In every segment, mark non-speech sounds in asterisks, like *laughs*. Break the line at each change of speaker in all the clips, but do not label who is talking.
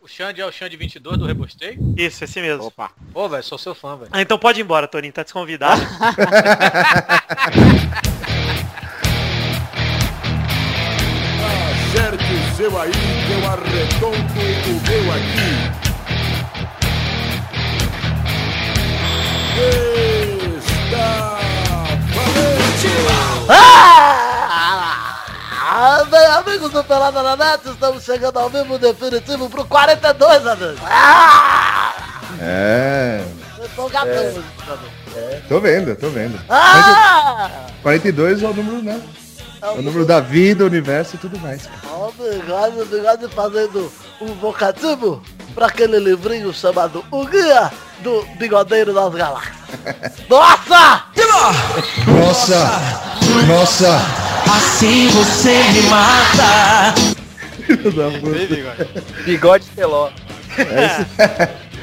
O Xande é o Xande 22 do Rebostei?
Isso, esse mesmo.
Opa.
Ô, velho, sou seu fã, velho.
Ah, então pode ir embora, Torinho, tá desconvidado.
Acerte o seu aí, que eu arredonto o meu aqui. Está valente!
Ah! Bem, amigos do Pelada na Net, estamos chegando ao vivo definitivo pro 42, amigos. Ah!
É,
Eu tô gatão hoje, mano.
tô vendo, tô vendo.
Ah!
42 é o número, né? É o número da vida, universo e tudo mais. cara.
Obrigado, obrigado fazendo um vocativo para aquele livrinho chamado O Guia do Bigodeiro das
*laughs*
Galáxias. Nossa!
Nossa! Nossa! Assim você me mata!
Bigode Teló.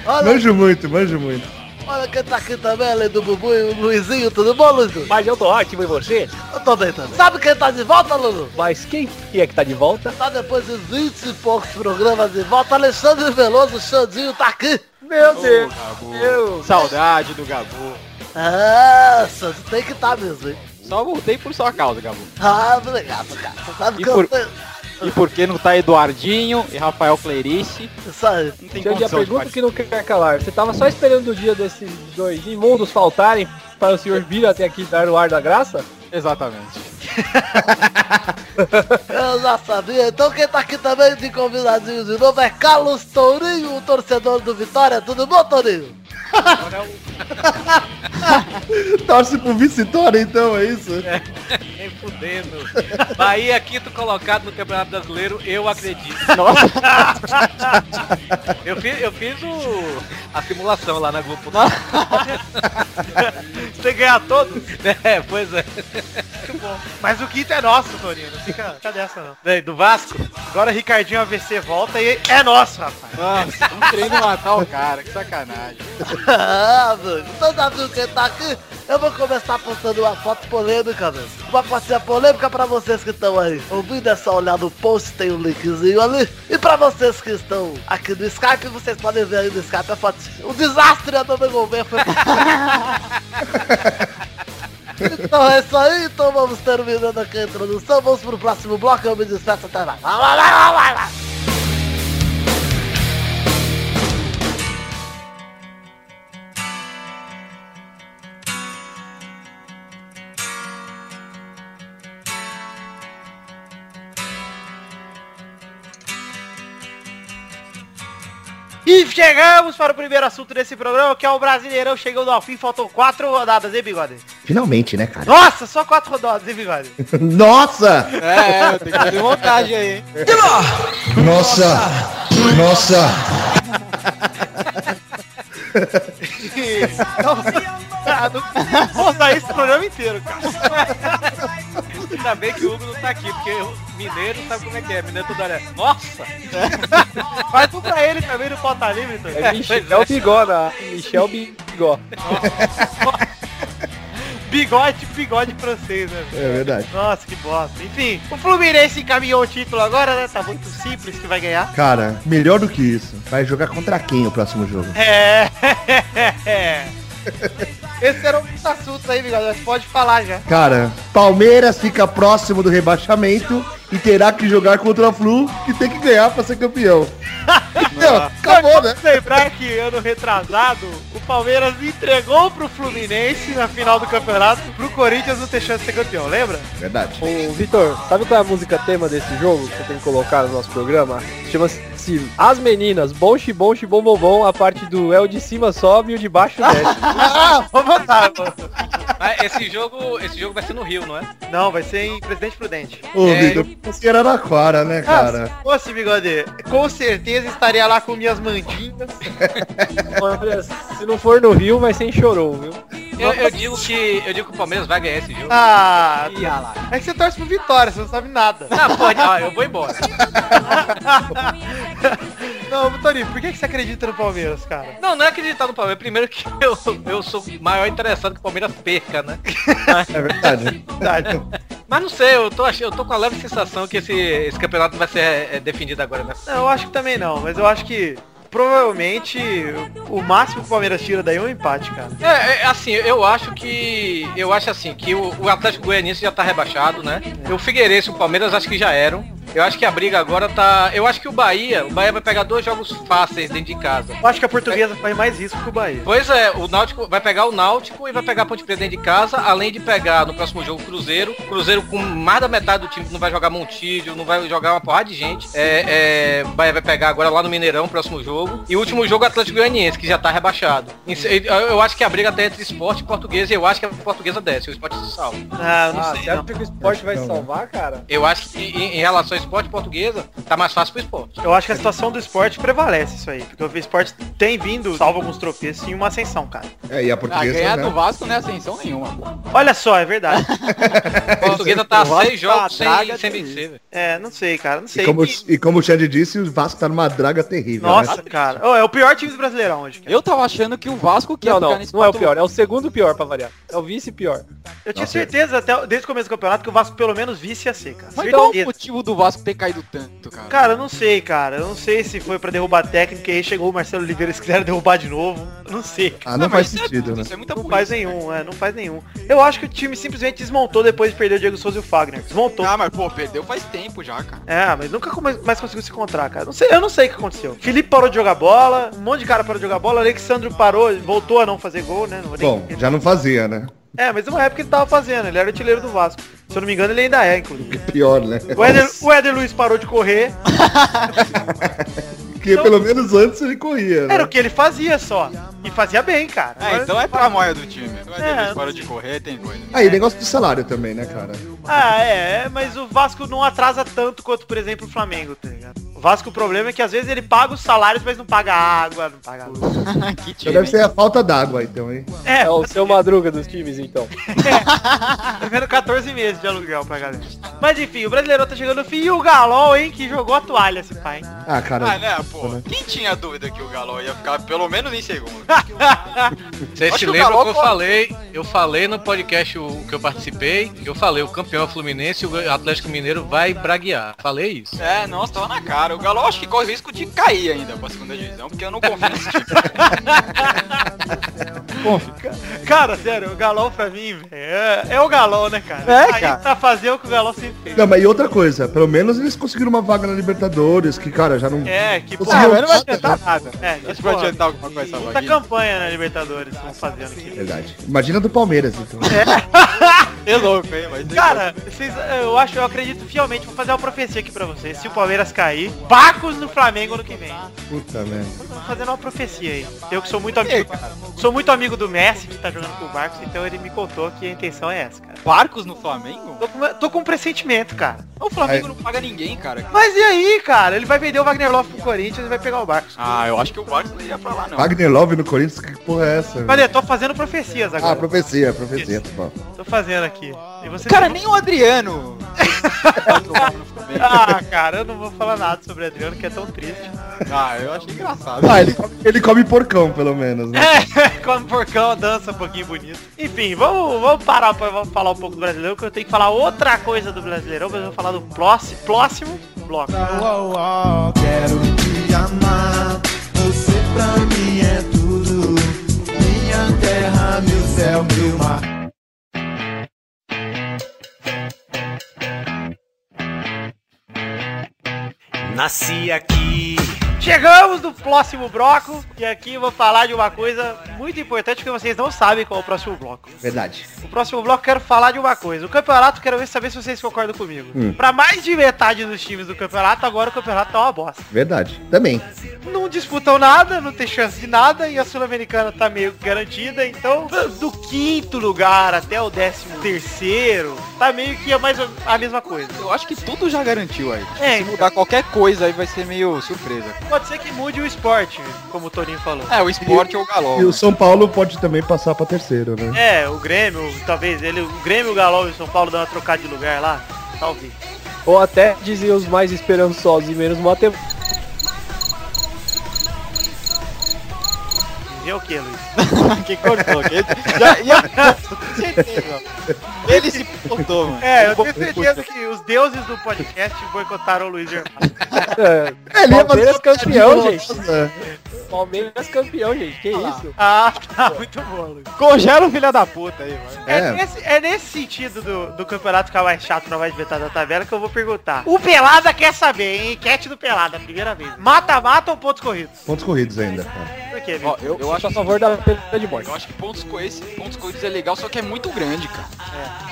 Olha,
manjo muito, manjo muito.
olha quem tá aqui também, além do Bubu e o Luizinho, tudo bom, Luizinho?
Mas eu tô ótimo e você?
Eu tô bem também. Sabe quem tá de volta, Lulu?
Mas quem que é que tá de volta?
Tá depois de 20 e poucos programas de volta, Alexandre Veloso, o Xandinho tá aqui.
Meu Deus.
Saudade do Gabu.
Ah, Xandinho tem que estar tá mesmo, hein?
Só voltei por sua causa, Gabu.
Ah, obrigado, cara. Você sabe
E
que eu
por-
tenho...
E porque não tá Eduardinho e Rafael Clerice,
Isso aí.
não tem condição
Eu já
de
pergunto
participar.
que não quer calar. Você tava só esperando o dia desses dois imundos faltarem para o senhor vir até aqui dar o ar da graça?
Exatamente.
Eu já sabia. Então quem tá aqui também de convidadinho de novo é Carlos Tourinho, o torcedor do Vitória. Tudo bom, Tourinho?
Torce pro vice-tória então, é isso?
Nem fudendo. Bahia, quinto colocado no Campeonato Brasileiro, eu acredito. *laughs* Eu fiz, eu fiz o, a simulação lá na
*laughs*
Globo.
*laughs* Você ganhar todos?
É, pois é.
Muito bom. Mas o quinto é nosso, Torinho. Não fica, fica dessa não.
Daí, do Vasco?
Agora Ricardinho AVC volta e é nosso, rapaz.
Nossa, não treino matar o cara, que sacanagem.
Ah, mano. Então já viu quem tá aqui? Eu vou começar postando uma foto polêmica, velho. Uma fotinha polêmica pra vocês que estão aí. Ouvindo é só olhar no post, tem um linkzinho ali. E pra vocês que estão aqui no Skype, vocês podem ver aí no Skype a foto. O desastre do meu governo foi... *laughs* Então é isso aí, então vamos terminando aqui a introdução, vamos pro próximo bloco, eu me despeço até lá. Lá, lá, lá, lá, lá, lá.
E chegamos para o primeiro assunto desse programa, que é o Brasileirão chegando ao fim. Faltam quatro rodadas, hein, Bigode?
Finalmente, né, cara?
Nossa, só quatro rodadas, hein,
*laughs*
Bigode?
Nossa!
É, é, tem que fazer montagem aí. hein?
Nossa! Nossa!
Ah, Vamos sair esse programa inteiro, cara.
Ainda bem que o Hugo não tá aqui, porque o mineiro sabe como é que é. Mineiro tudo olha, nossa!
Faz tudo pra ele também no Pauta Livre, Torinho.
É Michel Bigó, na Michel Bigó.
Bigode, bigode francês, né?
É verdade.
Nossa, que bosta. Enfim, o Fluminense encaminhou o título agora, né? Tá muito simples que vai ganhar.
Cara, melhor do que isso. Vai jogar contra quem o próximo jogo?
É. *laughs* Esse era um dos assuntos aí, Bigode. Mas pode falar já.
Cara, Palmeiras fica próximo do rebaixamento e terá que jogar contra o Flu, que tem que ganhar pra
*laughs*
ser campeão. Não, acabou, né?
Lembrar que ano retrasado, o Palmeiras entregou pro Fluminense na final do campeonato, pro Corinthians não ter chance de ser campeão, lembra?
Verdade.
Ô, Vitor, sabe qual é a música tema desse jogo que você tem que colocar no nosso programa? Chama-se As Meninas, Bonchi, Bonchi, Bom, Bom, Bom, a parte do El de cima sobe e o de baixo desce.
Vou botar, mano.
Mas esse jogo, esse jogo vai ser no Rio, não é?
Não, vai ser em Presidente Prudente.
Ô,
É,
Vitor, você era Araraquara, né,
Ah,
Cara,
cara?
se fosse bigode, com certeza estaria lá com minhas
*laughs*
mandinhas.
Olha, se não for no Rio, vai ser em Chorou, viu?
Eu, eu digo que eu digo que o Palmeiras vai ganhar esse jogo.
Ah,
Ih, ah lá.
é que você torce pro Vitória, você não sabe nada.
Não, pode, Ah, ó, eu vou embora.
*laughs* Não, Toninho, por que que você acredita no Palmeiras, cara?
Não, não é acreditar no Palmeiras. Primeiro que eu, eu sou maior interessado que o Palmeiras perca, né?
É verdade.
Verdade.
Mas não sei, eu tô, ach- eu tô com a leve sensação que esse, esse campeonato vai ser é, definido agora, né?
Não, eu acho que também não, mas eu acho que provavelmente o máximo que o Palmeiras tira daí é um empate, cara.
É, é, assim, eu acho que. Eu acho assim, que o, o Atlético Goianiense já tá rebaixado, né? O Figueirense e o Palmeiras acho que já eram. Eu acho que a briga agora tá. Eu acho que o Bahia, o Bahia vai pegar dois jogos fáceis dentro de casa.
Eu acho que a portuguesa faz mais risco que o Bahia.
Pois é, o Náutico vai pegar o Náutico e vai pegar a Ponte Preta dentro de casa, além de pegar no próximo jogo o Cruzeiro. O Cruzeiro com mais da metade do time não vai jogar Montídio, não vai jogar uma porrada de gente. É, é, o Bahia vai pegar agora lá no Mineirão o próximo jogo. E o último jogo o Atlético Goianiense, que já tá rebaixado. Em se- Eu eu acho que a briga tá entre esporte e portuguesa, e eu acho que a portuguesa desce, o esporte se salva.
Ah, não
Ah,
sei.
você acha que o esporte vai
Não.
salvar, cara?
Eu acho que em, em relação ao esporte e portuguesa, tá mais fácil pro esporte.
Eu acho que a situação do esporte prevalece isso aí, porque o esporte tem vindo, salvo alguns tropeços, em uma ascensão, cara.
É, e a
Ah,
portuguesa,
ganhar
né?
do Vasco não é ascensão nenhuma, pô.
Olha só, é verdade.
A portuguesa tá
O Vasco
seis
tá uma
jogos sem,
draga
sem
de-
vencer, velho.
É, não sei, cara, não sei.
E como,
E-
e como o Chad disse, o Vasco tá numa draga terrível.
Nossa,
né?
cara. Ô, é o pior time do Brasileirão hoje, cara.
Eu tava achando que o Vasco que ia
Não,
ficar
não,
nesse
não é o
patamar.
pior, é o segundo pior pra variar. É o vice pior.
Eu tinha
Nossa,
certeza até o- desde o começo do campeonato que o Vasco pelo menos vice ia ser, cara.
Mas qual o
Certeza.
motivo do Vasco ter caído tanto, cara?
Cara, eu não sei, cara. Eu não sei se foi pra derrubar a técnica e aí chegou o Marcelo Oliveira e eles quiseram derrubar de novo. Eu Não sei, cara.
Ah, não,
mas
faz
isso é
sentido,
tudo,
né?
Isso é muita
Não faz
polícia.
nenhum, é, não faz nenhum. Eu acho que o time simplesmente desmontou depois de perder o Diego Souza e o Fagner. Desmontou.
Ah, mas pô, perdeu faz tempo já, cara.
É, mas nunca come- mais conseguiu se encontrar, cara. Não sei, eu não sei o que aconteceu. Felipe parou de jogar bola, um monte de cara parou de jogar bola, Alexandre parou, voltou a não fazer gol, né? Não vou nem-
Bom, já não fazia, né?
É, mas uma época ele tava fazendo, ele era artilheiro do Vasco. Se eu não me engano, ele ainda é, inclusive.
Pior, né?
O Éder, o Éder Luiz parou de correr,
Porque
então-
pelo menos antes ele corria, né?
é.
era o que ele fazia só. E fazia bem, cara.
É, então é tramóia do time. Mas
É.
depois parou de correr, tem coisa.
Aí, Ah, negócio do salário também, né, cara?
Ah, é, é, mas o Vasco não atrasa tanto quanto, por exemplo, o Flamengo, tá ligado? O Vasco, o problema é que às vezes ele paga os salários, mas não paga a água, não paga a luz.
que
Então
time,
deve
hein?
ser a falta d'água, então, hein?
É,
É o seu madruga dos times,
*laughs*
então.
Primeiro 14 Tá meses de aluguel pra galera. Mas enfim, o Brasileirão tá chegando no fim e o Galol, hein, que jogou a toalha esse pai. *laughs* hein?
Ah, cara.
Ah, né, pô? Quem tinha dúvida que o Galo ia ficar pelo menos em segundo?
Vocês
Acho
se
que o
lembram que
Galo
eu
pode-
falei, eu falei no podcast o- que eu participei, eu falei, o campeão é o Fluminense, o Atlético Mineiro vai braguear. Falei isso.
É, nossa, tava na cara. O Galo acho que corre o risco de cair ainda pra segunda divisão, porque eu não confio nesse *laughs* time.
Cara, sério, o Galol pra mim, velho, é, é o Galol, né, cara?
É,
Aí
cara.
pra fazer o que o Galol sempre fez.
Não, mas e outra coisa, pelo menos eles conseguiram uma vaga na Libertadores, que, cara, já não.
É, que
Não
porra.
se viu
não
nada,
nada. É, que
Acho que vai
porra.
adiantar alguma coisa essa
Puta
vaguinha.
campanha na Libertadores que estão fazendo aqui.
Verdade. Imagina do Palmeiras, então.
*laughs* É louco, hein? Mas
Cara, vocês, eu acho, eu acredito fielmente, vou fazer uma profecia aqui pra vocês. Se o Palmeiras cair, Bacos no Flamengo ano que vem.
Puta né? merda.
Tô fazendo uma profecia aí. Eu que sou muito amigo. Sou muito amigo do Messi, que tá jogando com o Barcos, então ele me contou que a intenção é essa, cara.
Barcos no Flamengo?
Tô com, tô com um pressentimento, cara.
O Flamengo não paga ninguém, cara.
Mas e aí, cara? Ele vai vender o Wagner Love pro Corinthians e vai pegar o Barcos.
Ah, eu acho que o Barcos não iria pra
Ah,
lá, não.
Wagner Love no Corinthians, que porra é essa?
Mas
velho?
eu tô fazendo profecias
Ah,
agora.
profecia, profecia, tá bom.
Tô fazendo aqui. E vocês
Cara, nem o Adriano.
Ah, cara, eu não vou falar nada sobre o Adriano, que é tão triste.
ah, eu achei engraçado.
Ah, ele come, ele come porcão, pelo menos, né?
*laughs* É, come porcão, dança um pouquinho bonito. Enfim, vamos, vamos parar, pra- vamos falar um pouco do Brasileirão, que eu tenho que falar outra coisa do Brasileirão, mas eu vou falar do próximo, próximo bloco.
Quero te amar, você pra mim é tudo. Minha terra, meu céu, meu mar.
Nasci aqui.
Chegamos no próximo bloco, e aqui eu vou falar de uma coisa muito importante que vocês não sabem qual é o próximo bloco.
Verdade.
O próximo bloco eu quero falar de uma coisa. O campeonato, quero ver saber se vocês concordam comigo. Pra mais de metade dos times do campeonato, agora o campeonato tá uma bosta.
Verdade. Também.
não disputam nada, não tem chance de nada e a Sul-Americana tá meio que garantida, então do quinto lugar até o décimo terceiro, tá meio que é mais ou- a mesma coisa.
Eu acho que tudo já garantiu aí.
É,
Se mudar qualquer coisa aí vai ser meio surpresa.
pode ser que mude o esporte, como o Toninho falou.
É, o esporte ou o galão.
E o São Paulo pode também passar pra terceiro,
Uhum.
né?
É, o Grêmio, talvez ele, o Grêmio, o Galol e o São Paulo dão uma trocada de lugar lá, talvez.
Ou até dizem os mais esperançosos e menos matemáticos.
dizer o quê,
*laughs*
Luiz?
Quem cortou? Quem... Já, já... Com certeza. Ele se cortou, mano.
É, eu tenho certeza que os deuses do podcast boicotaram o Luiz Germano.
É,
Ele ia
Palmeiras
fazer
campeão,
piadinha
gente.
horrorosa.
Palmeiras campeão, gente. Que isso?
Ah, tá, *laughs* muito bom, Luiz.
Congela o filho da puta aí, mano.
É,
É.
nesse, é nesse sentido do, do campeonato ficar mais chato na mais de metade da tabela que eu vou perguntar. O Pelada quer saber, hein? Enquete do Pelada, primeira vez. Mata-mata ou pontos corridos?
Pontos corridos ainda. cara.
Por quê,
Ó,
Vitor?
eu, eu
Eu
acho
sou a favor da pena de morte.
Eu acho que pontos corridos, pontos corridos é legal, só que é muito grande, cara.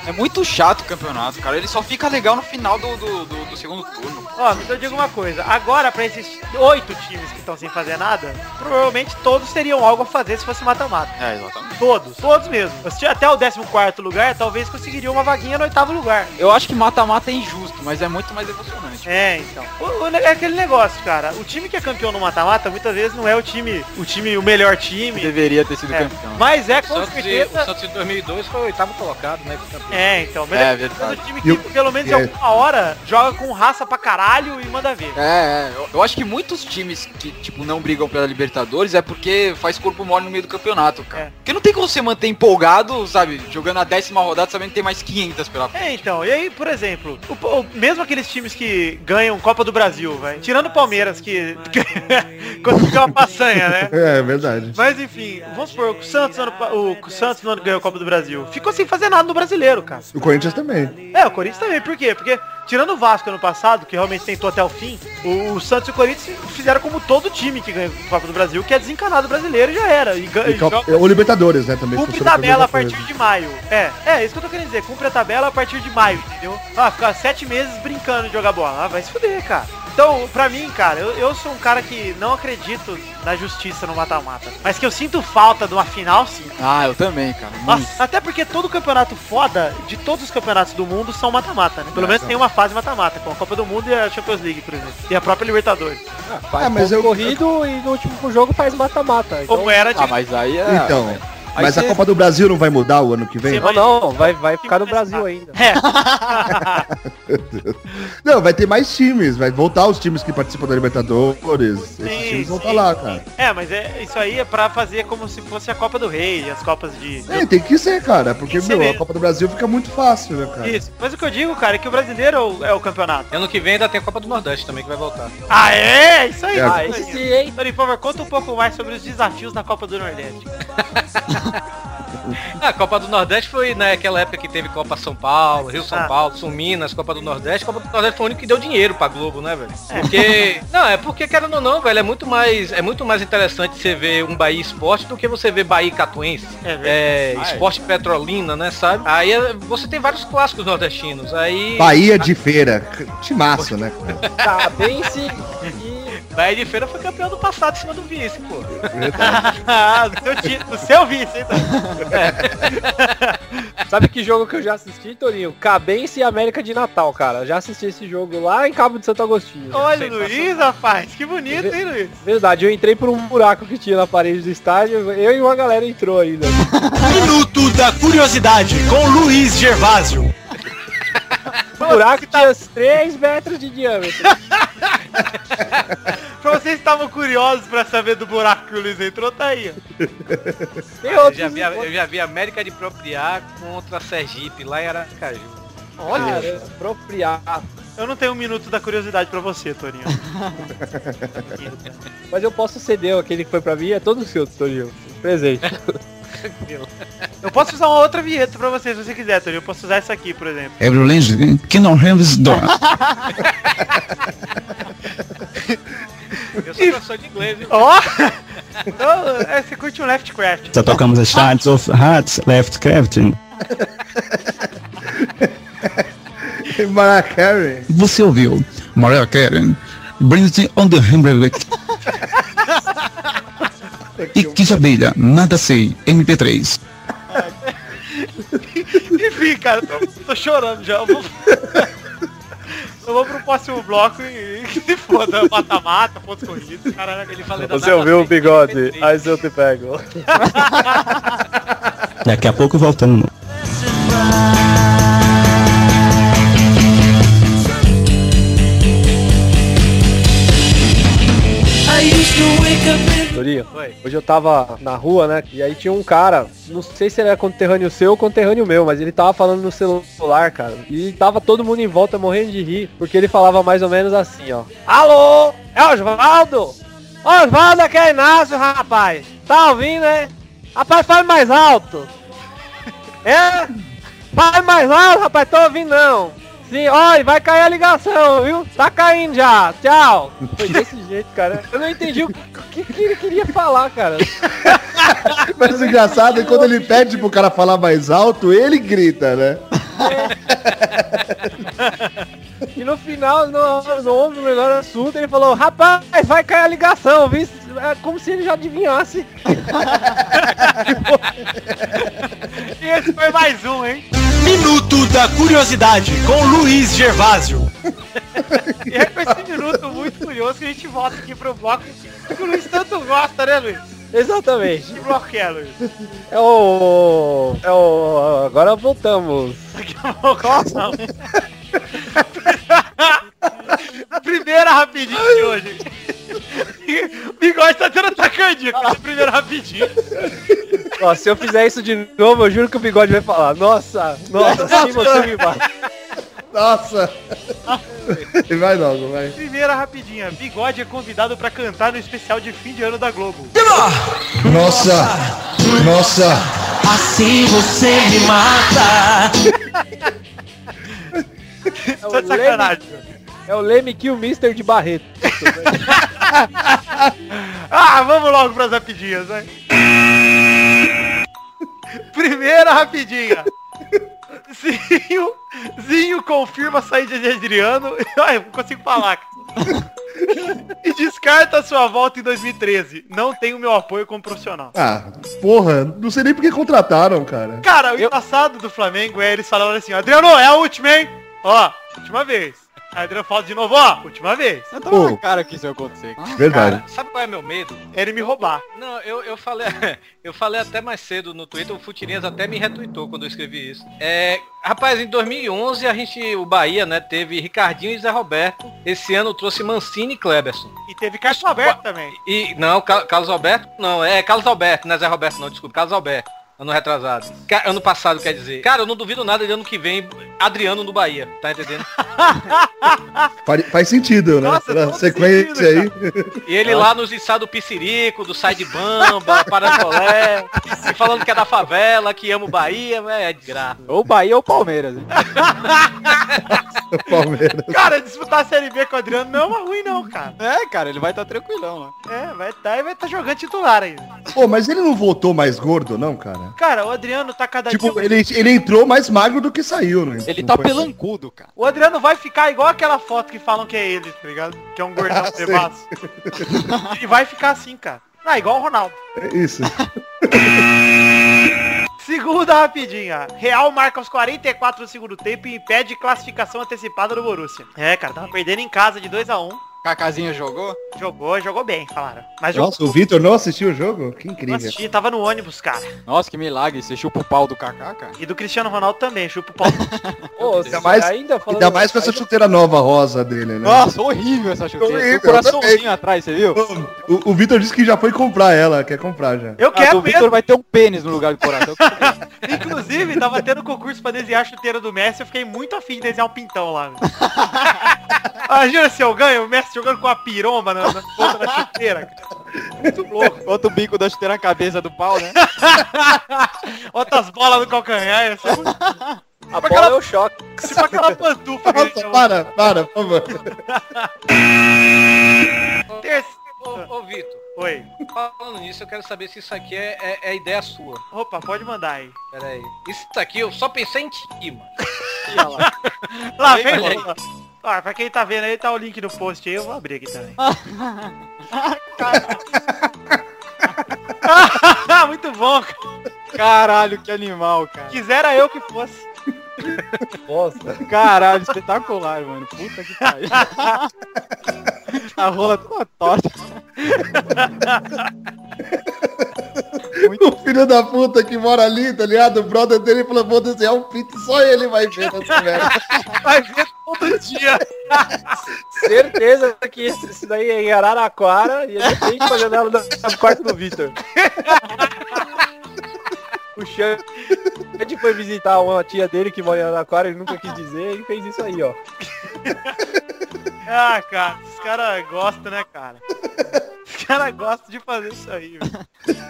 É, muito chato o campeonato, cara. Ele só fica legal no final do, do, do- do segundo turno.
Ó, então eu digo uma coisa. Agora, pra esses oito times que estão sem fazer nada, provavelmente todos teriam algo a fazer se fosse mata-mata.
É, exatamente.
Todos, todos mesmo. Se até o 14 lugar, talvez conseguiria uma vaguinha no oitavo lugar.
Eu acho que mata-mata é injusto, mas é muito mais emocionante.
É, então. O, o ne- é aquele negócio, cara. O time que é campeão no mata-mata, muitas vezes não é o time, o time, o melhor time.
Deveria ter sido
É,
campeão.
mas é
O
com
Santos, e- o
certeza.
Santos em 2002 foi o oitavo colocado, né? campeão.
É, então. Mas
É,
é,
verdade.
o time
E
que
o-
pelo menos em
é.
alguma hora joga com raça pra caralho e manda ver.
É, é. Eu, eu acho que muitos times que, tipo, não brigam pela Libertadores é porque faz corpo mole no meio do campeonato, cara.
É.
Porque não tem como você manter empolgado, sabe, jogando a décima rodada sabendo que tem mais 500 pela frente.
É, então, e aí, por exemplo, o, po- o- mesmo aqueles times que ganham Copa do Brasil, vai. Tirando o Palmeiras, que *laughs* conseguiu uma façanha, né?
É, é verdade.
Mas enfim, vamos supor, o Santos, ano, pa- o, o Santos não ganhou a Copa do Brasil. Ficou sem fazer nada no brasileiro, cara.
O Corinthians também.
É, o Corinthians também, por quê? Porque tirando o Vasco ano passado, que realmente tentou até o fim, o, o Santos e o Corinthians fizeram como todo time que ganha a Copa do Brasil, que é desencanado do brasileiro e já era. E, ganha,
E Copa- Ou Libertadores, né? Também.
Cumpre
funciona pra
tabela
mesma
a partir
coisa.
de maio. É, é isso que eu tô querendo dizer. Cumpre a tabela a partir de maio, entendeu? Ah, ficar sete meses brincando de jogar bola. Ah, vai se fuder, cara. Então, pra mim, cara, eu, eu sou um cara que não acredito na justiça no mata-mata. Mas que eu sinto falta de uma final, sim.
Ah, eu também, cara.
Nossa, até porque todo campeonato foda de todos os campeonatos do mundo são mata-mata, né? Pelo menos tem uma fase mata-mata, com a Copa do Mundo e a Champions League, por exemplo. E a própria Libertadores.
Ah, faz
Ah, mas
ponto
eu-
corrido e no último jogo faz
Tá,
mata-mata. Então,
Como era de
Ah, mas aí é...
Então.
Aí
Mas
cê-
a Copa do Brasil não vai mudar o ano que vem?
Cê
não, não, vai, vai ficar no Brasil ainda.
Não, vai ter mais times, vai voltar os times que participam da Libertadores. Esses
Sim,
times vão
sim.
estar lá, cara.
É, mas é, isso aí é pra fazer como se fosse a Copa do Rei, as Copas de...
É, tem que ser,
Tem
cara, porque,
que ser
meu, a
mesmo.
Copa do Brasil fica muito fácil, né, cara?
Isso. Mas o que eu digo, cara, é que o brasileiro é o, é o campeonato.
Ano que vem ainda tem a Copa do Nordeste também que vai voltar.
Ah, é? Isso aí.
É,
Ah,
agora-
isso aí.
Esse, hein?
Tony, por favor, conta um pouco mais sobre os desafios na Copa do Nordeste.
Ah, A Copa do Nordeste foi naquela época que teve Copa São Paulo, Rio São
Ah.
Paulo, Sul Minas, Copa do Nordeste. Copa do Nordeste foi o único que deu dinheiro pra Globo, né, velho? Porque. Não, é porque, querendo ou não, velho, é muito mais, é muito mais interessante você ver um Bahia Esporte do que você ver Bahia e Catuense.
É verdade.
É,
Ah, é.
esporte Petrolina, né, sabe? Aí é, você tem vários clássicos nordestinos. Aí.
Bahia de feira.
*laughs*
Timaço, né, cara?
Tá, bem se... e-
Bahia de Feira foi campeão do passado em cima do vice, pô.
*laughs* Ah, do seu, ti- do seu vice, então. hein, Tony?
Sabe que jogo que eu já assisti, Torinho? Cabense e América de Natal, cara. Já assisti esse jogo lá em Cabo de Santo Agostinho.
Olha, Luiz, rapaz, que bonito, hein, Luiz?
Verdade, eu entrei por um buraco que tinha na parede do estádio, eu e uma galera entrou ainda.
*laughs* Minuto da Curiosidade com Luiz Gervásio.
*laughs* O buraco tinha uns 3 metros de diâmetro.
Pra vocês que estavam curiosos pra saber do buraco que o Luiz entrou, tá aí. ó.
Tem
Eu
outros
já vi, a-
encontros.
eu já vi América de Propriar contra Sergipe, lá em Aracaju.
Olha,
Cara, apropriar.
eu não tenho um minuto da curiosidade pra você, Toninho.
Mas eu posso ceder aquele que foi pra mim, é todo seu, Torinho. Presente.
Eu posso usar uma outra vinheta pra você, se você quiser, Toninho. Eu posso usar essa aqui, por exemplo.
Everland, que não remos dó.
Eu sou professor de inglês, viu?
Ó! *laughs* Então, é, você curte um Leftcraft.
Já tocamos as Shards of Hearts, Left Crafting.
Maracarry.
Você ouviu? Mariah Carey, Brandy on the Hembrick. E que abelha, nada sei, MP3.
Enfim, cara, tô, tô chorando já. Eu vou, *laughs* eu vou pro próximo bloco e, e se foda, mata-mata, pontos corridos, caralho, ele falei da nada.
ouviu o bigode? Aí eu te pego.
Daqui a pouco voltamos.
I used
Torinho,
Oi.
hoje eu tava na rua, né? E aí tinha um cara, não sei se ele era conterrâneo seu ou conterrâneo meu, mas ele tava falando no celular, cara. E tava todo mundo em volta morrendo de rir, porque ele falava mais ou menos assim, ó. Alô, é Osvaldo? Osvaldo aqui é Inácio, rapaz. Tá ouvindo, é? Rapaz, fale mais alto. É? Fale mais alto, rapaz, tô ouvindo não. Sim, olha, vai cair a ligação, viu? Tá caindo já, tchau. Foi desse jeito, cara. Eu não entendi o que, que ele queria falar, cara.
Mas o engraçado é quando ele pede pro cara falar mais alto, ele grita, né?
E no final, não, não houve o melhor assunto, ele falou, rapaz, vai cair a ligação, viu? É como se ele já adivinhasse.
E esse foi mais um, hein?
Minuto da Curiosidade com Luiz Gervásio.
E é com esse minuto muito curioso que a gente volta aqui pro bloco que o Luiz tanto gosta, né, Luiz?
Exatamente.
Que bloco que é, Luiz?
É o... É o... Agora voltamos.
Costa. *laughs* Primeira rapidinho de hoje. O Bigode tá tendo atacandinho com esse primeiro rapidinho.
Ó, se eu fizer isso de novo, eu juro que o bigode vai falar, nossa, nossa, cima, cima e baixo.
*laughs*
Nossa! Vai logo, vai.
Primeira rapidinha. Bigode é convidado pra cantar no especial de fim de ano da Globo.
Nossa! Nossa!
Assim você me mata.
É o
Tá de sacanagem.
Leme- É o Leme Kill Mister de Barreto.
Ah, vamos logo pras rapidinhas, vai. *laughs* Primeira rapidinha. Zinho, Zinho confirma a saída de Adriano. *laughs* Ai, eu não consigo falar. cara. e descarta sua volta em 2013. Não tem o meu apoio como profissional.
Ah, porra, não sei nem porque contrataram, cara.
Cara, o engraçado do Flamengo é eles falaram assim, Adriano, é a última, hein? Ó, última vez. Aí Adriano fala de novo, ó, última vez.
Você tá
Pô.
na cara que isso ia acontecer.
Verdade.
Cara, sabe qual é meu medo?
Ele me roubar.
Não, eu, eu falei *laughs* eu falei até mais cedo no Twitter, o Futirinhas até me retweetou quando eu escrevi isso. É, rapaz, em 2011 a gente, o Bahia, né, teve Ricardinho e Zé Roberto. Esse ano trouxe Mancini e Kleberson.
E teve Carlos Alberto também.
E não, Ca- Carlos Alberto não, é Carlos Alberto, não é Zé Roberto não, desculpa, Carlos Alberto. Ano retrasado. Ca- ano passado, quer dizer. Cara, eu não duvido nada de ano que vem Adriano no Bahia, tá entendendo?
Faz, faz sentido, né?
Nossa,
Na
todo
sequência
sentido,
aí.
E ele lá nos ensaios do Pissirico, do Sai de Bamba, Parangolé, e falando que é da favela, que ama o Bahia, é de graça.
Ou Bahia ou Palmeiras.
Palmeiras.
Cara, disputar a Série B com o Adriano não é uma ruim não, cara.
É, cara, ele vai estar tranquilão lá.
É, vai tá, e vai tá jogando titular ainda.
Pô, mas ele não voltou mais gordo, não, cara?
Cara, o Adriano tá cada
Tipo,
dia...
ele, ele entrou mais magro do que saiu, né?
Ele
Não
tá
foi assim?
pelancudo, cara.
O Adriano vai ficar igual aquela foto que falam que é ele, tá ligado? Que é um
*laughs*
gordão de
Sei.
baço. E vai ficar assim, cara. Ah, igual o Ronaldo.
É
*laughs*
Isso.
Tá Segunda rapidinha. Real marca os 44 do segundo tempo e impede classificação antecipada do Borussia. É, cara, tava perdendo em casa de 2x1.
Cacazinha jogou?
Jogou, jogou bem, falaram. Mas jogou.
Nossa, o Vitor não assistiu o jogo? Que
Não
incrível.
assisti, tava no ônibus, cara.
Nossa, que milagre. Você chupa o pau do Kaká, cara.
E do Cristiano Ronaldo também, chupa o pau.
Ô,
Ainda mais-
ainda falando,
Ainda mais com essa chuteira nova rosa dele, né?
Nossa, horrível essa chuteira. Tem
Horrível,
um coraçãozinho atrás, você viu?
O, o Vitor disse que já foi comprar ela, quer comprar já.
Ah,
Eu
A do
quero
Vitor
mesmo.
vai ter um pênis no lugar do *laughs* coração.
Inclusive, tava tendo concurso pra desenhar a chuteira do Messi. Eu fiquei muito afim de desenhar um pintão lá.
*laughs*
velho. Imagina se eu ganho o Messi jogando com a piroma na, na ponta da chuteira, cara. Muito louco.
Bota o bico da chuteira na cabeça do pau, né?
Outras bolas no calcanhar. ia ser muito-
a bola é o choque.
Tipo aquela pantufa que ele
*laughs* Nossa,
chama.
para, para, por favor.
Terce-
Ô, ô Vitor,
Oi.
falando nisso, eu quero saber se isso aqui é, é, é ideia sua.
Opa, pode mandar aí.
Pera aí. Isso aqui eu só pensei em ti, mano.
Lá,
Vem,
vem,
olha aí.
bola. Ó, pra quem tá vendo aí, tá o link no post aí, eu vou abrir aqui
*laughs*
também. *laughs* Ah, *laughs* Muito bom, cara.
Caralho, que animal, cara.
Quisera eu que fosse.
*laughs*
Nossa.
Caralho, espetacular, mano. Puta que *laughs* pariu. A rola toda torta.
O filho da puta que mora ali, tá ligado? O
*laughs*
brother dele falou, vou desenhar um pinto, só ele vai ver nessa merda.
Vai ver todo dia.
*laughs* Certeza que isso, isso daí é em Araraquara e ele tem que fazer nela no quarto do Vitor. O Xande foi visitar uma tia dele que mora em Araraquara, ele nunca quis dizer e fez isso aí, ó.
*laughs* Ah, cara, os caras gostam, né, cara? Os caras gostam de fazer isso aí, velho.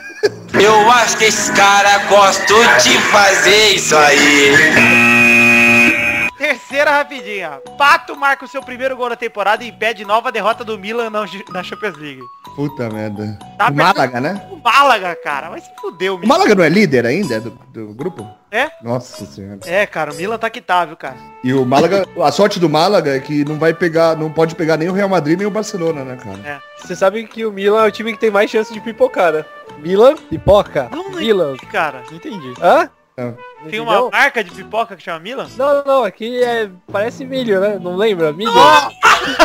Eu acho que esse cara gosta de fazer isso aí.
Terceira rapidinha. Pato marca o seu primeiro gol da temporada e impede nova derrota do Milan na, na Champions League.
Puta merda.
Tá
o Málaga, né?
O Málaga, cara. Mas se fudeu,
O
Milan.
Málaga não é líder ainda do, do grupo?
É?
Nossa senhora.
É, cara, o Milan tá quitável, cara.
E o Málaga, a sorte do Málaga é que não vai pegar, não pode pegar nem o Real Madrid nem o Barcelona, né,
É.
cara?
Você sabe que o Milan é o time que tem mais chance de pipocar, né? Milan, pipoca,
Não, não
Milan.
entendi, cara.
Tá. Não entendi. Hã?
Não.
Não
Tem
entendeu?
uma marca de pipoca que chama Milan?
Não, não, aqui é... parece milho, né? Não lembra? Milho. *laughs*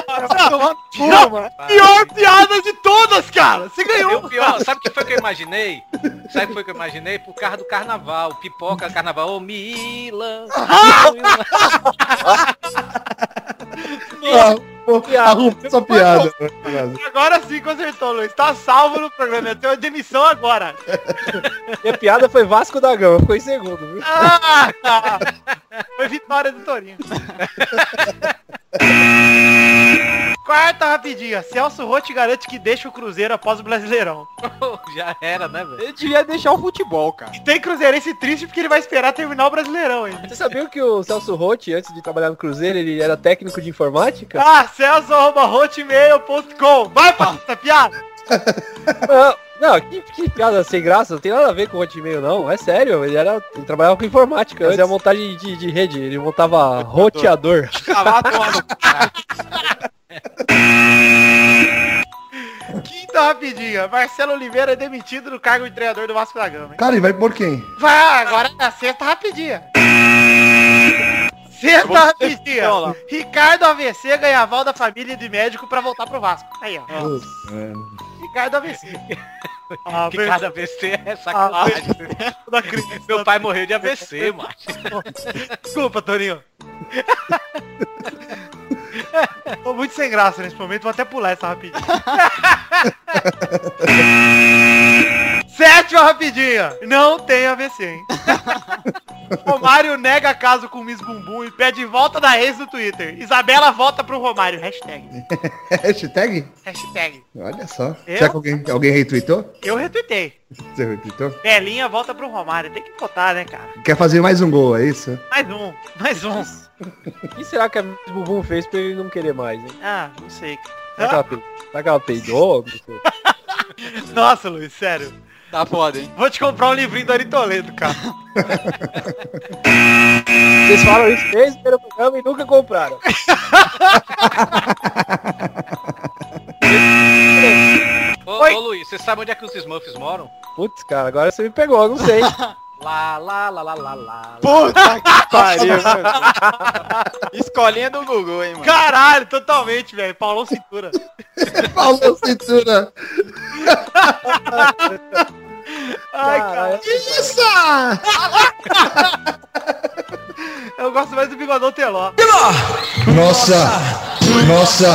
É
Pior piada de todas, cara. Você
Eu, pior, sabe o que foi que eu imaginei? Sabe o que foi que eu imaginei? Por causa do carnaval, pipoca, carnaval, ô Mila.
Ah, pô, Arruma essa piada. né,
Agora sim consertou, Luiz. Tá salvo no programa. Eu tenho demissão agora.
*laughs* Minha piada foi Vasco da Gama, ficou em segundo, viu?
Ah! Foi vitória do
*laughs*
Torinho. Quarta rapidinha. Celso Rotti garante que deixa o Cruzeiro após o Brasileirão.
Já era, né, velho?
Ele devia deixar o futebol, cara.
E tem Cruzeirense triste porque ele vai esperar terminar o Brasileirão, hein?
Você sabia que o Celso Rotti, antes de trabalhar no Cruzeiro, ele era técnico de informática?
Ah, celso.hotmail.com Vai pra essa piada!
Ah, não, que, que piada sem graça, não tem nada a ver com o Hotmail, não. É sério, ele era. Ele trabalhava com informática. Antes. Fazia montagem de, de rede, ele montava roteador.
Quinta rapidinha. Marcelo Oliveira é demitido do cargo de treinador do Vasco da Gama. hein?
Cara, e vai por quem?
Vai, agora é a sexta rapidinha. Sexta rapidinha. Ricardo AVC ganha aval da família de médico pra voltar pro Vasco. Aí, ó. Ricardo AVC. Ah,
*laughs* Que
ver-
cada vez é
Ah,
sacanagem.
não *laughs* acredito.
Meu pai morreu de
*laughs*
AVC, mano.
Desculpa, Toninho. *laughs* Tô muito sem graça nesse momento, vou até pular essa *laughs* rapidinha. Sétima rapidinha. Não tem AVC, *laughs* hein? Romário nega caso com Miss Bumbum e pede volta da ex no Twitter. Isabela volta pro Romário. Hashtag.
É, *laughs* Hashtag?
Hashtag.
Olha só.
Eu?
Será que alguém, alguém retweetou?
Eu retuitei.
Você retweetou?
Belinha volta pro Romário. Tem que botar, né, cara?
Quer fazer mais um gol, é isso?
Mais um. Mais um.
O que será que é a Miss Bumbum fez pra ele não querer mais, hein?
Ah, não sei.
Será que ela, pe... será que ela peidou? Não sei.
*laughs* Nossa, Luiz, sério.
Tá foda, hein?
Vou te comprar um livrinho do Ari Toledo,
*laughs*
cara.
Vocês falam isso desde o primeiro programa e nunca compraram.
Ô,
Oi.
ô, Luiz, você sabe onde é que os Smurfs moram?
Putz, cara, agora você me pegou, eu não sei.
*laughs* Lá, lá, lá, lá, lá, lá.
Puta *laughs* que pariu, mano. Escolinha do Google, hein, mano.
Caralho, totalmente, velho. Paulão Cintura.
Paulo Cintura.
Ai, cara.
Que isso?
Eu gosto mais do Bigodão Teló.
Nossa. Nossa.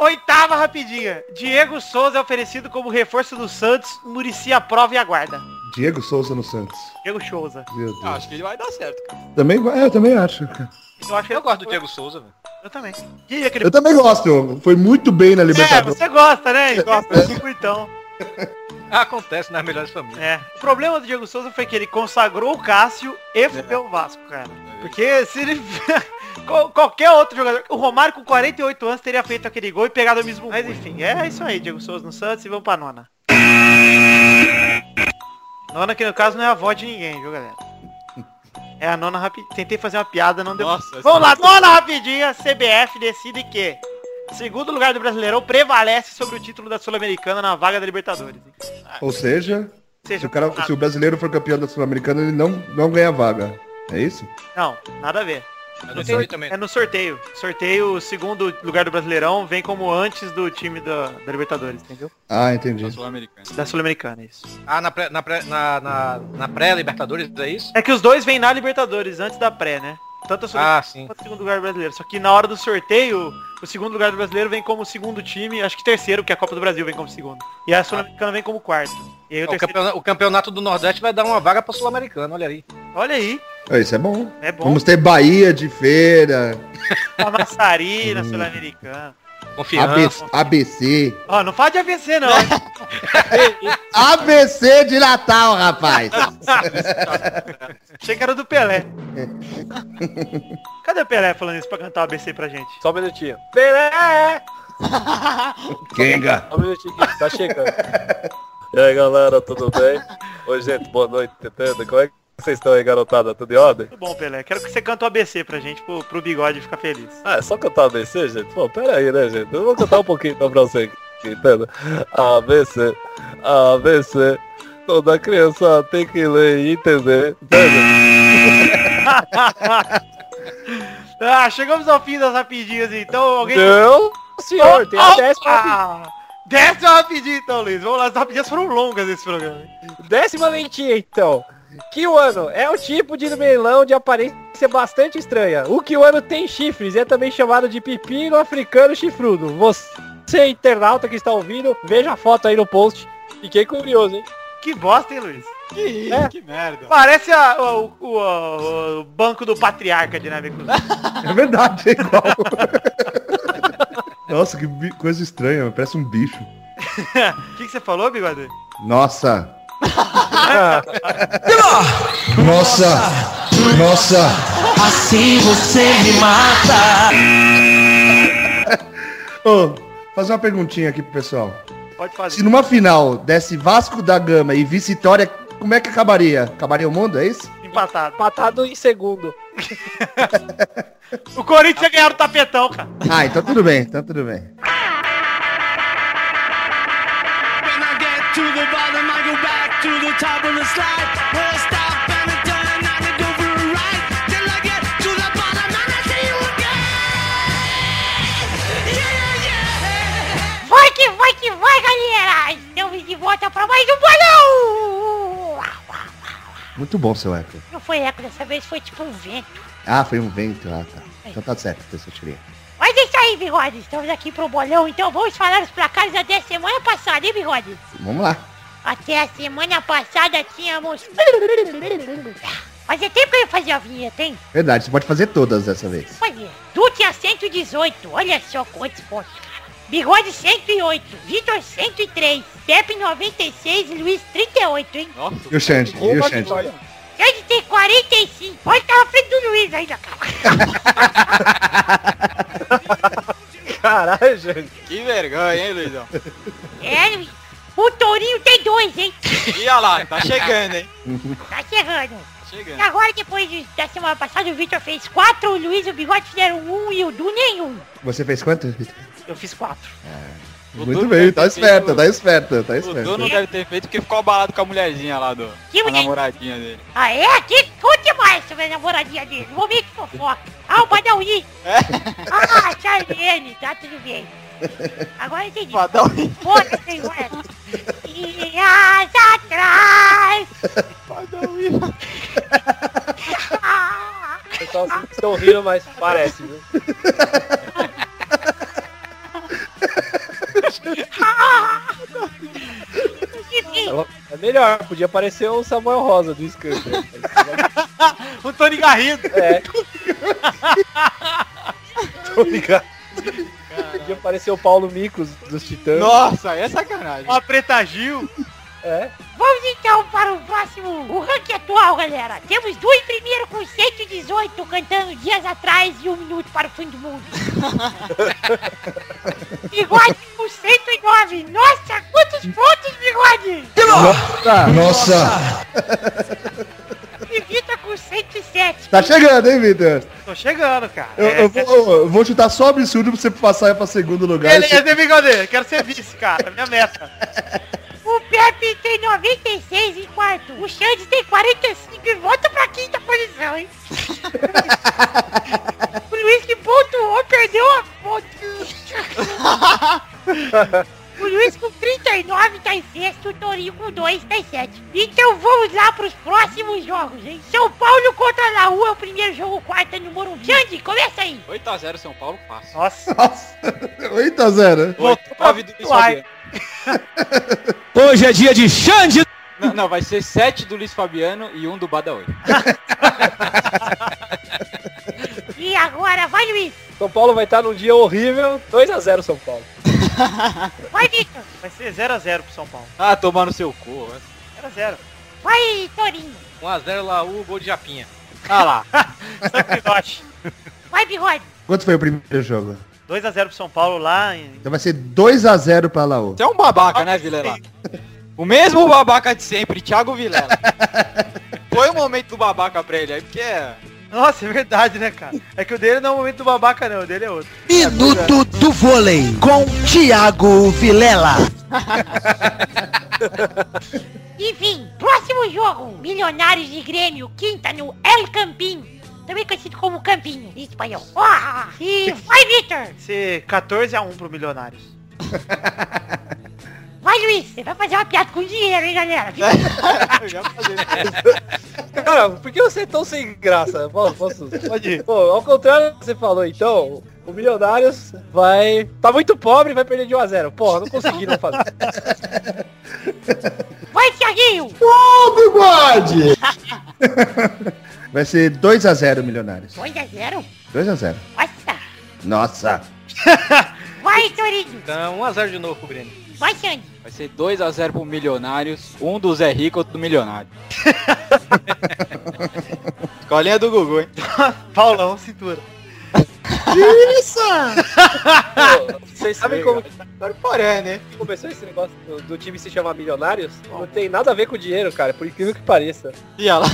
Oitava rapidinha. Diego Souza é oferecido como reforço do Santos. Murici aprova e aguarda.
Diego Souza no Santos.
Diego Souza.
Meu Deus.
Eu acho que ele vai dar certo, cara.
Também, vai- é, eu também acho. cara.
Eu acho que
Eu gosto do Diego Souza, velho.
Eu também. E aquele...
Eu também gosto. Foi muito bem na
É,
Libertadores.
você gosta, né? Ele Gosta.
É.
Então,
Acontece nas melhores famílias.
é. O problema do Diego Souza foi que ele consagrou o Cássio e fudeu o Vasco, cara. Porque se ele... *laughs* Qual- Qualquer outro jogador. O Romário com 48 anos teria feito aquele gol e pegado o mesmo. Mas enfim, é isso aí, Diego Souza no Santos e vamos pra nona. Nona que no caso não é a avó de ninguém, viu galera? É a nona rapidinha. Tentei fazer uma piada, não deu.
Nossa,
vamos lá, nona rapidinha, CBF decide que. Segundo lugar do Brasileirão prevalece sobre o título da Sul-Americana na vaga da Libertadores. Ah, Ou
Ou seja, se
seja,
o, cara, se o brasileiro for campeão da Sul-Americana, ele não, não ganha a vaga. É isso?
Não, nada a ver.
Eu não entendi também.
É no sorteio. Sorteio, o segundo lugar do Brasileirão vem como antes do time da, da Libertadores, entendeu?
Ah, entendi.
Sul-americano.
Da Sul-Americana, isso.
Ah, na pré-libertadores, na, pré, na, na, na pré-Libertadores, é isso?
É que os dois vêm na Libertadores, antes da pré, né? Tanto a
Ah, sim.
quanto o segundo lugar brasileiro. Só que na hora do sorteio, o segundo lugar do brasileiro vem como segundo time, acho que terceiro, porque a Copa do Brasil vem como segundo. E a Sul-Americana vem como quarto. E aí
É,
o
O
terceiro.
campeona- o campeonato do Nordeste vai dar uma vaga pra Sul-Americano, olha aí.
Olha aí,
É, Isso é bom.
é bom.
Vamos ter Bahia de feira,
A maçari na Sul-Americana.
Confiança.
ABC, ABC.
Ó, não fala de AVC não. hein?
ABC de Natal,
*laughs*
rapaz.
Achei que era do Pelé. Cadê o Pelé falando isso pra cantar o ABC pra gente?
Só um minutinho.
Pelé!
Kenga.
Só um minutinho que tá chegando. e aí, galera, tudo bem? Oi, gente, boa noite, entendeu? Como é que vocês estão aí, garotada? Tudo em ordem?
Muito bom, Pelé. Quero que você cante o ABC pra gente, pro, pro bigode ficar feliz.
Ah, é só cantar ABC, gente? Pô, pera aí, né, gente? Eu vou cantar um pouquinho então pra você, entenda? ABC, ABC, toda criança tem que ler e entender, entende?
Ah, chegamos ao fim das rapidinhas, então. Alguém...
Não, senhor, tem a 10
Ah, Décima rapidinha, então, Luiz. Vamos lá, as rapidinhas foram longas nesse programa. hein?
Décima lentinha, então. Kiwano é um tipo de melão de aparência bastante estranha. O Kiwano tem chifres e é também chamado de pepino africano chifrudo. Você, internauta que está ouvindo, veja a foto aí no post. Fiquei curioso, hein?
Que bosta, hein, Luiz?
Que,
É.
que merda.
Parece a- o, o- o- o banco do patriarca de Nave Cruzada.
*laughs* É verdade, é igual. *laughs* Nossa, que bi- coisa estranha, mano. parece um bicho.
O que, que você falou, bigode?
*laughs*
Nossa. Nossa. Nossa.
Assim você me mata.
Ô, fazer uma perguntinha aqui pro pessoal.
Pode
Se
fazer.
numa final desse Vasco da Gama e vice-vitória, como é que acabaria? Acabaria o mundo, é isso?
Empatado.
Patado em segundo.
*laughs* O Corinthians ia ganhar o tapetão, cara.
Ah, então tudo bem, então tudo bem.
Vai que vai que vai, galera! Estamos de volta para mais um bolão!
Muito bom, seu eco.
Não foi eco dessa vez, foi tipo um vento.
Ah, foi um vento, ah tá. Então tá certo, pessoal, tirei.
Mas é isso aí, Bigode. Estamos aqui pro bolão, então vamos falar os placares até a semana passada, hein, Bigode?
Vamos lá.
Até a semana passada tínhamos... Fazia tempo que eu não fazia a vinheta, hein?
Verdade, você pode fazer todas dessa vez.
Fazia. Du tinha 118, olha só quantos pontos, cara. Bigode 108, Vitor 103, Pepe 96 e Luiz 38, hein?
Nossa,
E o Xande? E o
Uma
Xande?
vitória.
Ele tem 45. Olha, tá na frente do Luiz ainda, cara.
Caralho, gente.
que vergonha, hein, Luizão?
É, Luiz. o Tourinho tem dois, hein?
E olha lá, tá chegando, hein?
Tá chegando.
Tá
E
chegando.
agora, depois de- da semana passada, o Victor fez quatro, o Luiz e o Bigode fizeram um e o Du nenhum.
Você fez quanto?
Eu fiz quatro.
O
Muito
dono
bem,
deve
tá
ter
esperta,
feito-
tá esperta, tá
O
esperta.
dono deve ter feito porque ficou abalado com a mulherzinha lá do...
Que
A
mulher?
namoradinha dele.
Ah, é? Que conte mais sobre a namoradinha dele. Momento fofoca. Ah, o Badawi. Ah, Charlene. Tá tudo bem. Agora eu entendi.
Badawi.
Bora, senhora. E as atrás.
Badawi.
Ah.
Pessoal, vocês estão rindo, mas parece, viu?
ah, Enfim,
Ela- É melhor, podia aparecer o Samuel Rosa do Skanker.
O Tony Garrido.
É. Tô ligado. Podia aparecer o Paulo Micos dos Titãs.
Nossa, aí é sacanagem.
A Preta Gil.
É.
Vamos então para o próximo, o ranking atual, galera. Temos dois primeiro com 118 cantando dias atrás e um minuto para o fim do mundo. bigode com 109. Nossa, quantos pontos, Bigode?
Tá. Nossa!
E Vita com 107.
Tá chegando, hein, Vitor?
Tô chegando, cara.
Eu,
É,
eu vou, eu vou chutar só absurdo pra você passar pra segundo lugar.
Beleza, hein, Bigode? Quero *laughs* ser vice, cara. Minha meta.
O Pepe tem 96 em quarto. O Xande tem 45 e volta pra quinta posição, hein? o Luiz que pontuou perdeu a ponto. o Luiz com 39 tá em sexto, o Torinho com 2 tá em sétimo. Então vamos lá pros próximos jogos, hein? São Paulo contra Laú é o primeiro jogo, quarta no Morumbi. Xande, começa aí.
8x0 São Paulo, fácil.
Nossa.
*laughs* 8 a 0.
Voltou pra vida do Luiz
Uai.
Fabiano.
*laughs* Hoje é dia de Xande!
Não, não, vai ser 7 do Luiz Fabiano e 1 do Badaoi.
E agora, vai Luiz,
São Paulo vai estar num dia horrível. 2x0 São Paulo.
vai Victor,
Vai ser 0x0 pro São Paulo.
Ah, tomar no seu cu. né?
0x0.
vai Torinho,
1x0 Laú, gol de Japinha.
Ah lá.
Sacridote.
vai Bigode.
Quanto foi o primeiro jogo?
2x0 pro São Paulo lá em...
Então vai ser 2 a 0 pra Laô.
Você é um *laughs* babaca, né, Vilela? O mesmo babaca de sempre, Thiago *laughs* Vilela. Foi o momento do babaca pra ele aí, porque é...
Nossa, é verdade, né, cara? É que o dele não é o momento do babaca, não. O dele é outro.
Minuto do vôlei com Thiago Vilela.
Enfim, próximo jogo, Milionários de Grêmio, quinta no El Campín. Também conhecido como Campinho, em espanhol. Ah, e vai Victor,
Vai ser 14x1 pro Milionários.
vai Luiz, você vai fazer uma piada com dinheiro, hein, galera?
Eu já falei.
Cara, por que você é tão sem graça? Posso, posso- pode ir. Pô, ao contrário do que você falou, então, o Milionários vai... Tá muito pobre e vai perder de 1x0. Porra, não consegui não fazer.
Vai Thiaguinho,
Ô, bigode! *laughs* vai ser 2 a 0 Milionários.
2x0,
2 a 0.
nossa.
Nossa.
Vai Torinho,
um
Então, 1x0 de novo pro Grêmio.
vai Xande,
*laughs* Vai ser 2x0 pro Milionários, um do Zé Rico, outro do Milionário. *laughs* Escolinha do Gugu, hein?
Paulão, cintura.
Pô, Vocês sabem como que
Tá porém, né?
começou esse negócio do, do time se chamar Milionários? Não tem nada a ver com dinheiro, cara, por incrível que pareça.
E ela?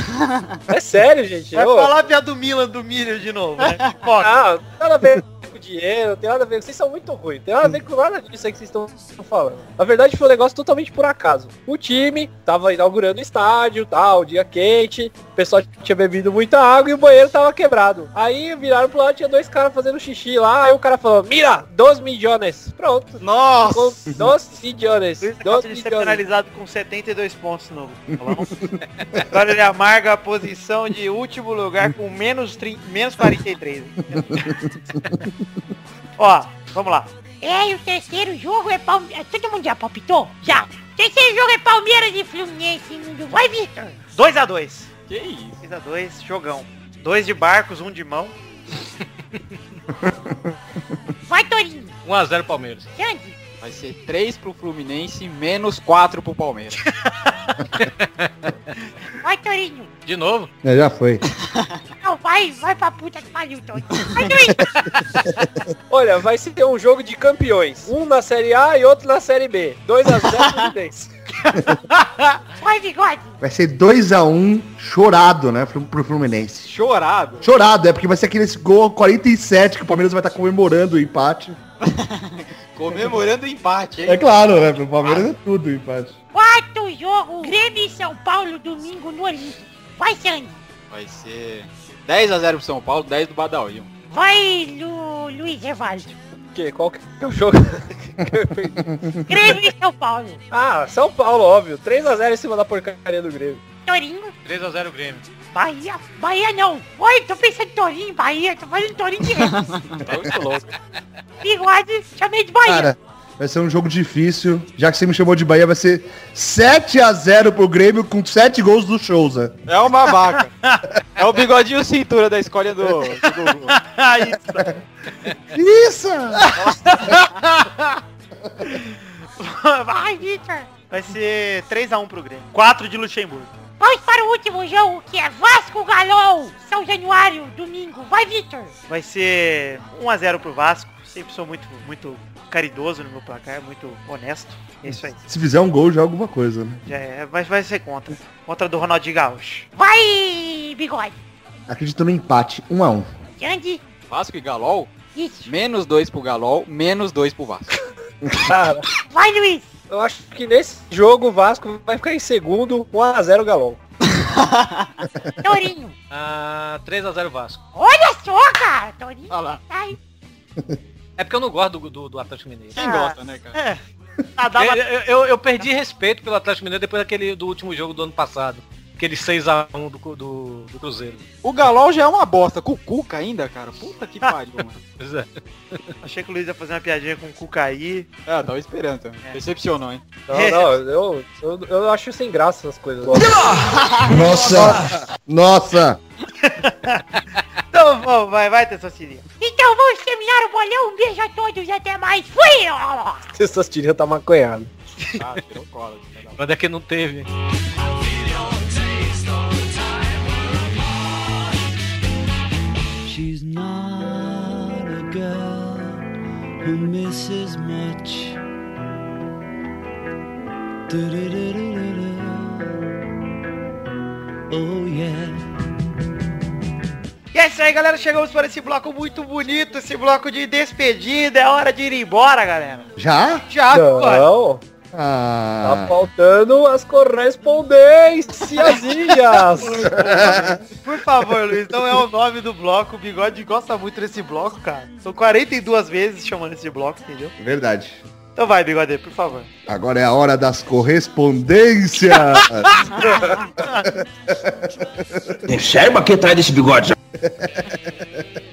É sério, gente.
Vai
ô.
falar a piada do Milan, do Milho de novo, né?
*laughs*
Foca.
Ah, não tem nada a ver com dinheiro, não tem nada a ver. Vocês são muito ruins, não tem nada a ver com nada disso aí que vocês estão falando. Na verdade foi um negócio totalmente por acaso. O time tava inaugurando o estádio, tal, dia quente, o pessoal tinha bebido muita água e o banheiro tava quebrado. Aí viraram pro lado, tinha dois caras fazendo xixi lá, aí o cara falou, mira, 12 milhões. Pronto.
Nossa! é
Com 12 milhões.
Luiz acabou de tá
12
ser
milhões.
penalizado com 72 pontos no bolão. Agora ele amarga a posição de último lugar com menos, 30, menos 43. Ó, vamos lá.
É, e o terceiro jogo é Palmeiras. Todo mundo já palpitou? Já. Terceiro jogo é Palmeiras e Fluminense. no- Vai, Victor.
2x2.
Que isso?
2x2, jogão. Dois de barcos, um de mão. *laughs*
Vai, Torinho.
1x0 Palmeiras.
Xande.
Vai ser 3 pro Fluminense, menos 4 pro Palmeiras.
Vai, Torinho.
De novo?
É, já foi.
Não, vai, vai pra puta que pariu, Torinho. Vai, Torinho.
*laughs* Olha, vai se ter um jogo de campeões. Um na Série A e outro na Série B. 2 a 0 Fluminense.
*laughs* Vai, Bigode.
Vai ser 2 a 1 chorado, né, pro pro Fluminense.
Chorado.
Chorado, é porque vai ser aquele gol 47 que o Palmeiras vai estar comemorando o empate.
*laughs* Comemorando o empate, hein?
É claro, né, pro Palmeiras é tudo o empate.
Quarto jogo. Grêmio e São Paulo, domingo no Olímpico. Vai, Xande.
Vai ser 10x0 pro São Paulo, 10 do Badawi. um. mano.
Vai, Lu... Luiz Evaldo.
Que? Qual que é o jogo?
*laughs* Grêmio e São Paulo.
Ah, São Paulo, óbvio. 3x0 em cima da porcaria do Grêmio.
Torinho.
3x0 Grêmio.
Bahia. Bahia não. Oi, tô pensando em Torinho, Bahia. Tô falando em Torinho direto.
Tá muito louco.
Bigode, chamei de Bahia.
Cara, vai ser um jogo difícil. Já que você me chamou de Bahia, vai ser 7 a 0 pro Grêmio com 7 gols do Souza.
É uma vaca. É o bigodinho cintura da escolha do, do Gugu.
Aí,
Isso!
Vai, Victor.
vai ser 3x1 pro Grêmio. 4 de Luxemburgo.
Vamos para o último jogo, que é Vasco Galol, São Januário, domingo. Vai, Victor.
Vai ser 1x0 pro Vasco. Sempre sou muito, muito caridoso no meu placar, muito honesto. É isso aí.
Se fizer um gol, já é alguma coisa, né?
Já é, mas vai ser contra. Contra do Ronaldinho Gaúcho.
Vai, Bigode.
Acredito no empate, 1 a 1
Grande.
Vasco e Galol,
Isso.
menos 2 pro Galol, menos 2 pro Vasco.
Cara,
Vai, Luiz.
eu acho que nesse jogo o Vasco vai ficar em segundo, 1x0 Galol.
Torinho.
Ah, 3x0 Vasco.
Olha só, cara. Torinho.
Olha lá.
Tá aí.
É porque eu não gosto do, do, do Atlético Mineiro.
Quem gosta, né, cara?
É,
Eu, eu- eu perdi respeito pelo Atlético Mineiro depois daquele do último jogo do ano passado. Aquele 6x1 do, Cru- do, do Cruzeiro.
O Galol já é uma bosta. Com o Cuca ainda, cara. Puta que pariu, mano.
Pois é.
Achei que o Luiz ia fazer uma piadinha com o Cucaí.
Ah, tava esperando também. Decepcionou, hein?
Não, não, eu, eu, eu acho sem graça essas coisas.
Nossa! Nossa!
Então vamos, vai, vai, Tessocilia.
Então vamos terminar o bolão. Um beijo a todos e até mais. Fui!
Essas tirinhas tá maconhado.
Mas é que não teve.
She's not a girl who misses much. Du-du-du-du-du-du. Oh yeah.
E é isso aí, galera. Chegamos para esse bloco muito bonito, esse bloco de despedida. É hora de ir embora, galera.
Já?
Ah,
Já, agora.
Não, tá
Ah.
faltando as *laughs* correspondênciazinhas.
Por favor, Luiz, não é o nome do bloco. O Bigode gosta muito desse bloco, cara. São 42 vezes chamando esse bloco, entendeu?
Verdade.
Então vai, Bigode, por favor.
Agora é a hora das correspondências. *laughs*
Enxerga aqui atrás desse bigode.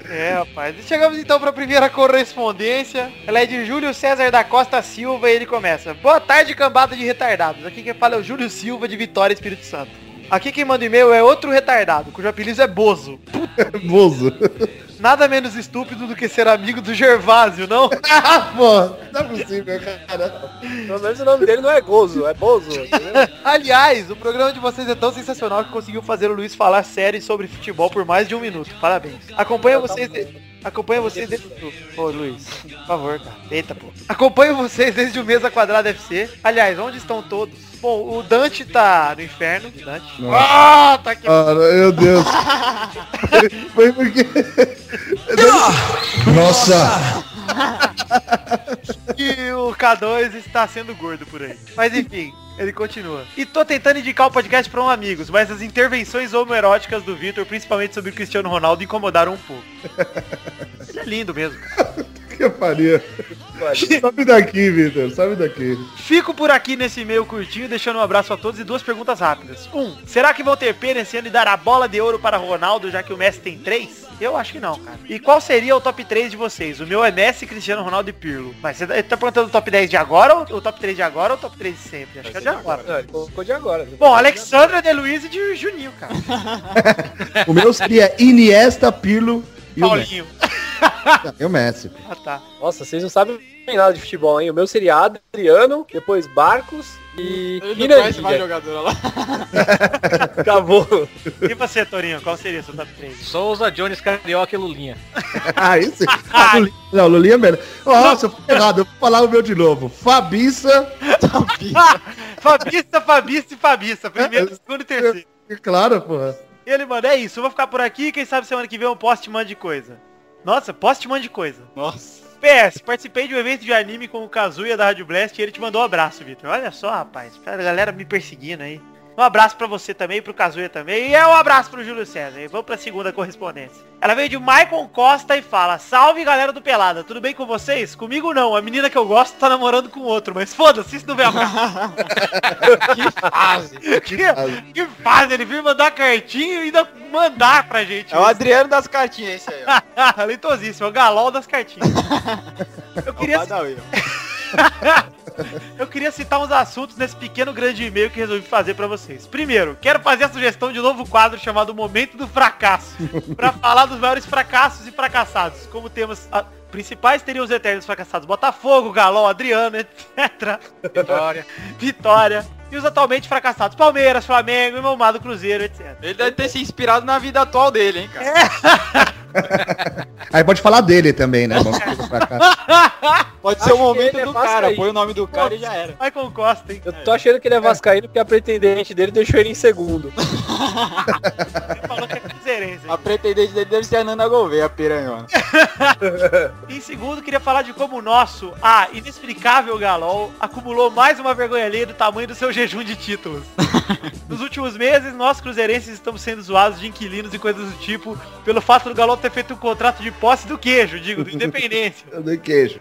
É, rapaz. E chegamos então para a primeira correspondência. Ela é de Júlio César da Costa Silva e ele começa. Boa tarde, cambada de retardados. Aqui quem fala é o Júlio Silva de Vitória, Espírito Santo. Aqui quem manda e-mail é outro retardado, cujo apelido é Bozo.
Bozo.
Nada menos estúpido do que ser amigo do Gervásio, não?
Ah, *laughs* pô, não é possível, cara.
Pelo menos o nome dele não é Gozo, é Bozo.
Aliás, o programa de vocês é tão sensacional que conseguiu fazer o Luiz falar sério sobre futebol por mais de um minuto. Parabéns. Acompanha vocês. de- Acompanha vocês desde. Pô, Luiz, por favor, cara. Eita, pô. Acompanho vocês desde o Mesa Quadrada FC. Aliás, onde estão todos? Bom, o Dante tá no inferno. Dante. Ah, tá aqui.
Ah, meu Deus. *laughs* Foi porque. *laughs* Nossa!
E o K2 está sendo gordo por aí. Mas enfim, ele continua. E tô tentando indicar o podcast para um amigos, mas as intervenções homoeróticas do Vitor, principalmente sobre o Cristiano Ronaldo, incomodaram um pouco. Ele é lindo mesmo.
Que pariu. *laughs* Sobe daqui, Vitor. Sobe daqui.
Fico por aqui nesse meio curtinho, deixando um abraço a todos e duas perguntas rápidas. Um, será que vão ter pena esse ano e dar a bola de ouro para Ronaldo, já que o Messi tem três? Eu acho que não, cara. E qual seria o top 3 de vocês? O meu é Messi, Cristiano Ronaldo e Pirlo. Mas você tá- ele tá perguntando o top 10 de agora, ou o top 3 de agora, ou o top 3 de sempre? Acho que é o de agora.
Não, ele colocou de agora. né?
Bom, Alexandra, De Luiz e de Juninho, cara.
O meu seria Iniesta, Pirlo e o Messi.
Paulinho.
E o Messi. *laughs* pô.
Ah, tá.
Nossa, vocês não sabem nada de futebol, hein? O meu seria Adriano, depois Barcos e
Ele não conhece mais
Mirandia.
jogadora lá.
Acabou.
E você, Torinho, qual seria seu top
*laughs*
*laughs* 3?
Souza, Jones, Carioca e Lulinha.
Ah, isso? Ah, Lulinha- não, Lulinha é melhor. Nossa, eu fui errado. Eu vou falar o meu de novo. Fabiça.
Fabista, Fabista e Fabista. Primeiro, segundo e terceiro.
É Claro, porra.
Ele, mano, é isso. Eu vou ficar por aqui. Quem sabe semana que vem eu posto te mando de coisa. Nossa, posto te mando de coisa.
Nossa.
PS, participei de um evento de anime com o Kazuya da Rádio Blast e ele te mandou um abraço, Vitor. Olha só, rapaz. A galera me perseguindo aí. Um abraço pra você também, pro Kazuya também. E é um abraço pro Júlio César. E vamos pra segunda correspondência. Ela veio de Maicon Costa e fala: Salve galera do Pelada, tudo bem com vocês? Comigo não, a menina que eu gosto tá namorando com outro, mas foda-se, isso não vem a caso."
*laughs* Que fase.
que, que faz, ele veio mandar cartinho e ainda mandar pra gente.
É o Adriano das cartinhas esse aí,
*laughs*
ó.
Leitosíssimo, é o galol das cartinhas. Eu
É o
queria,
Badawi, ó.
eu queria citar uns assuntos nesse pequeno grande e-mail que resolvi fazer pra vocês. Primeiro, quero fazer a sugestão de um novo quadro chamado Momento do Fracasso, Pra falar dos maiores fracassos e fracassados, como temas ah, principais teriam os eternos fracassados Botafogo, Galol, Adriano, etc. Vitória, *laughs* Vitória e os atualmente fracassados Palmeiras, Flamengo, Imamado, Cruzeiro, etc.
Ele deve ter se inspirado na vida atual dele, hein, cara.
Aí pode falar dele também, né? Vamos *laughs* colocar pra cá.
Pode ser o
Acho que
momento
ele é
do
Vascaíno.
cara. Põe o nome do cara e já era.
Michael Costa, hein?
Eu tô achando que ele é vascaíno porque a pretendente dele deixou ele em segundo.
Ele falou que é cruzeirense.
A pretendente dele deve ser a Nana Gouveia, a piranhona.
Em segundo, queria falar de como o nosso, a inexplicável Galol, acumulou mais uma vergonha alheia do tamanho do seu jejum de títulos. Nos últimos meses, nós cruzeirenses estamos sendo zoados de inquilinos e coisas do tipo pelo fato do Galol ter feito um contrato de posse do queijo, digo, do Independência,
Do queijo.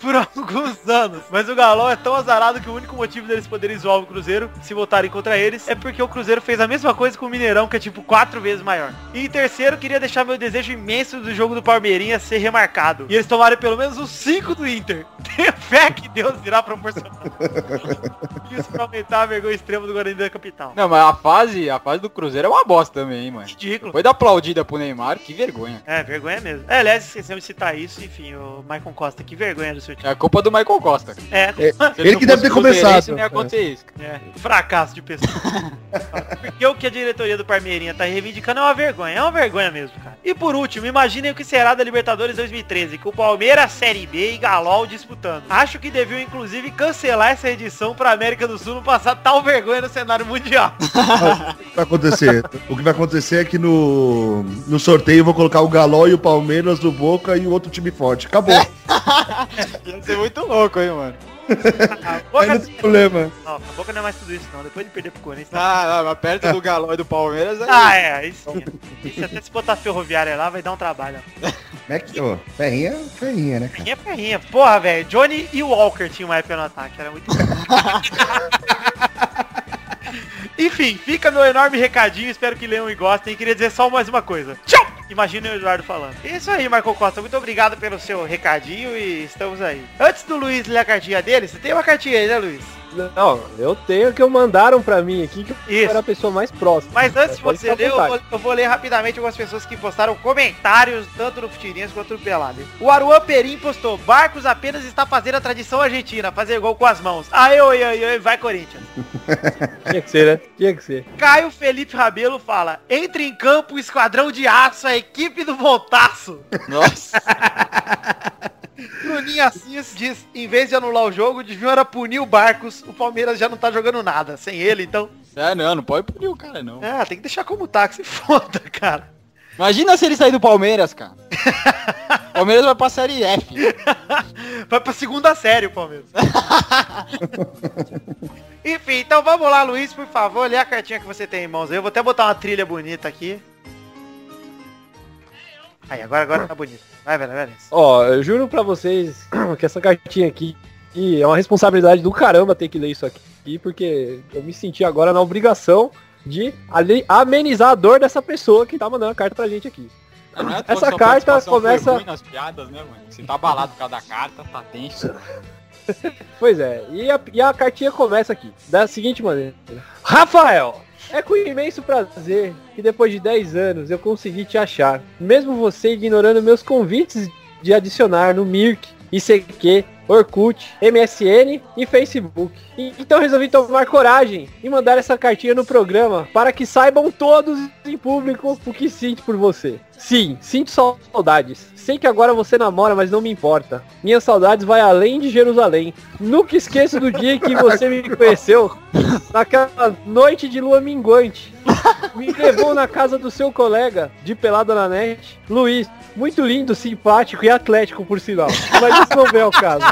por *laughs* alguns anos. anos. Mas o Galol é tão azarado que o único motivo deles poderem zoar o Cruzeiro, se votarem contra eles, é porque o Cruzeiro fez a mesma coisa com o Mineirão, que é tipo quatro vezes maior. E em terceiro, queria deixar meu desejo imenso do jogo do Palmeirinha ser remarcado. E eles tomaram pelo menos uns cinco do Inter. *laughs* Tenho fé que Deus irá proporcionar isso pra aumentar a vergonha extrema do Guarani da capital.
Não, mas a fase, a fase do Cruzeiro é uma bosta também, hein, mano.
Ridículo.
Foi da aplaudida pro Neymar, que vergonha.
É, vergonha mesmo. É, aliás, esquecemos de citar isso, enfim, o Maicon Costa, que vergonha do seu time.
É a culpa do Michael Costa. cara.
É,
É,
Se
ele
não
que deve
fosse
ter começado.
cruzeirense, Não ia acontecer isso. cara.
É, fracasso de *laughs* pessoa. Porque o que a diretoria do Parmeirinha tá reivindicando é uma vergonha, é uma vergonha mesmo, cara. E por último, imaginem o que será da Libertadores 2013, com o Palmeiras Série B e Galol disputando. Acho que deviam, inclusive, cancelar essa edição pra América do Sul não passar tal vergonha no cenário *laughs* mundial.
O que vai acontecer? O que vai acontecer é que no, no sorteio eu vou colocar o Galol e o Palmeiras, o Boca e o outro time forte. Acabou.
Ia ser muito louco, hein, mano.
A
Aí não
boca,
tem problema.
não, a boca não é mais tudo isso, não. Depois de perder pro Corinthians... tá-
Ah, não, mas perto do Galão e do Palmeiras aí.
Ah, é, isso. Isso até se botar ferroviária lá vai dar um trabalho.
Como é que, ô, ferrinha, é ferrinha, né, cara?
Ferrinha, ferrinha. Porra, velho. Johnny e Walker tinham uma época no ataque. Era muito *laughs* Enfim, fica meu enorme recadinho. Espero que leiam e gostem. Queria dizer só mais uma coisa. Tchau! Imagina o Eduardo falando. É Isso aí, Marco Costa. Muito obrigado pelo seu recadinho e estamos aí. Antes do Luiz ler a cartinha dele, você tem uma cartinha aí, né, Luiz?
é.
Não, eu tenho que eu mandaram pra mim aqui que eu
Isso.
era a pessoa mais próxima.
Mas antes de
É, Pode
você
ficar
ler,
à
eu
vontade.
vou, eu vou ler rapidamente algumas pessoas que postaram comentários, tanto no Futirinhas quanto no Pelado. O Aruan Perim postou, Barcos apenas está fazendo a tradição argentina, fazer gol com as mãos. Aê, oi, oi, oi, vai Corinthians.
*laughs* Tinha que ser, né? Tinha que ser.
Caio Felipe Rabelo fala, entre em campo o esquadrão de aço, a equipe do
*laughs*
Voltaço.
Nossa.
Bruninho Assis diz, em vez de anular o jogo, deviam era punir o Barcos, o Palmeiras já não tá jogando nada, sem ele, então...
*laughs* É, não, não pode punir o cara, não.
Ah, tem que deixar como tá, que se *laughs* foda, cara.
Imagina se ele sair do Palmeiras, *laughs* cara. O Palmeiras vai pra Série F.
Vai pra segunda série o
*laughs*
Palmeiras. Enfim, então vamos lá, Luiz, por favor, lê a cartinha que você tem em mãos. aí. Eu vou até botar uma trilha bonita aqui. Aí, agora, agora tá bonito. Vai, velho, vai. Luiz.
Ó, eu juro pra vocês que essa cartinha aqui e é uma responsabilidade do caramba ter que ler isso aqui, porque eu me senti agora na obrigação de ale- amenizar a dor dessa pessoa que tá mandando a carta pra gente aqui.
Não é à toa
Essa
que sua
carta
participação foi
começa-
ruim nas piadas, né, mano? Você tá abalado por causa da carta, tá tenso.
Pois é, e a, e a cartinha começa aqui, da seguinte maneira. Rafael, é com imenso prazer que depois de 10 anos eu consegui te achar, mesmo você ignorando meus convites de adicionar no Mirk, ICQ, Orkut, MSN e Facebook. E- então resolvi tomar coragem e mandar essa cartinha no programa para que saibam todos em público o que sinto por você. Sim, sinto saudades. Sei que agora você namora, mas não me importa. Minhas saudades vai além de Jerusalém. Nunca esqueço do dia que você me conheceu naquela noite de lua minguante. Me levou na casa do seu colega de pelada na net, Luiz. Muito lindo, simpático e atlético, por sinal. Mas isso não vem ao caso.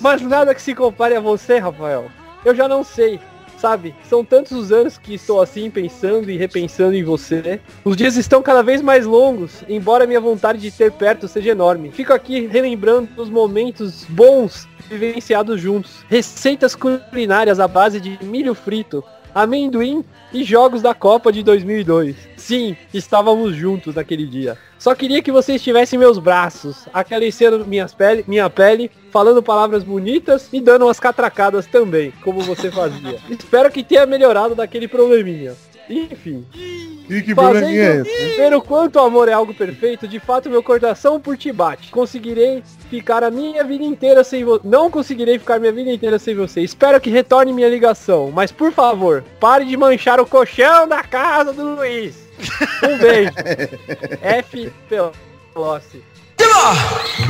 Mas nada que se compare a você, Rafael. Eu já não sei. Sabe, são tantos os anos que estou assim pensando e repensando em você. Os dias estão cada vez mais longos, embora minha vontade de ter perto seja enorme. Fico aqui relembrando os momentos bons vivenciados juntos. Receitas culinárias à base de milho frito, amendoim e jogos da Copa de 2002. Sim, estávamos juntos naquele dia. Só queria que você estivesse em meus braços, acariciando minhas pele, minha pele, falando palavras bonitas e dando umas catracadas também, como você fazia. Espero que tenha melhorado daquele probleminha. Enfim,
E que probleminha é
Fazendo
esse?
ver o quanto o amor é algo perfeito, de fato meu coração por ti bate. Conseguirei ficar a minha vida inteira sem você. Não conseguirei ficar minha vida inteira sem você. Espero que retorne minha ligação. Mas por favor, pare de manchar o colchão da casa do Luiz. Um
*laughs*
beijo. F. Pelossi.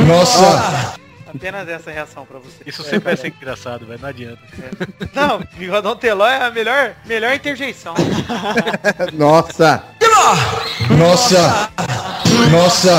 Nossa,
Apenas essa reação pra você. É.
Isso sempre vai ser engraçado, velho. Não adianta.
Não, Bigodão Teló é a melhor, melhor interjeição.
nossa. Nossa. Nossa.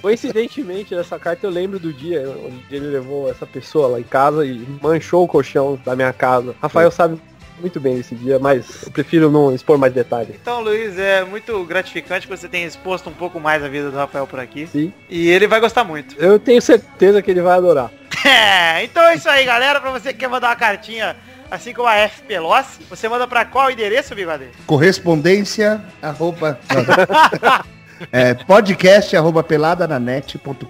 Coincidentemente, nessa carta eu lembro do dia onde ele levou essa pessoa lá em casa e manchou o colchão da minha casa. Rafael sabe muito bem esse dia, mas eu prefiro não expor mais detalhes.
Então, Luiz, é muito gratificante que você tenha exposto um pouco mais a vida do Rafael por aqui.
Sim.
E ele vai gostar muito.
Eu tenho certeza que ele vai adorar.
*laughs* É, então é isso aí, galera. Pra você que quer mandar uma cartinha, assim como a F. Pelosi, você manda pra qual endereço, Bigode?
Correspondência, arroba... não. é, podcast, arroba peladananet.com.br.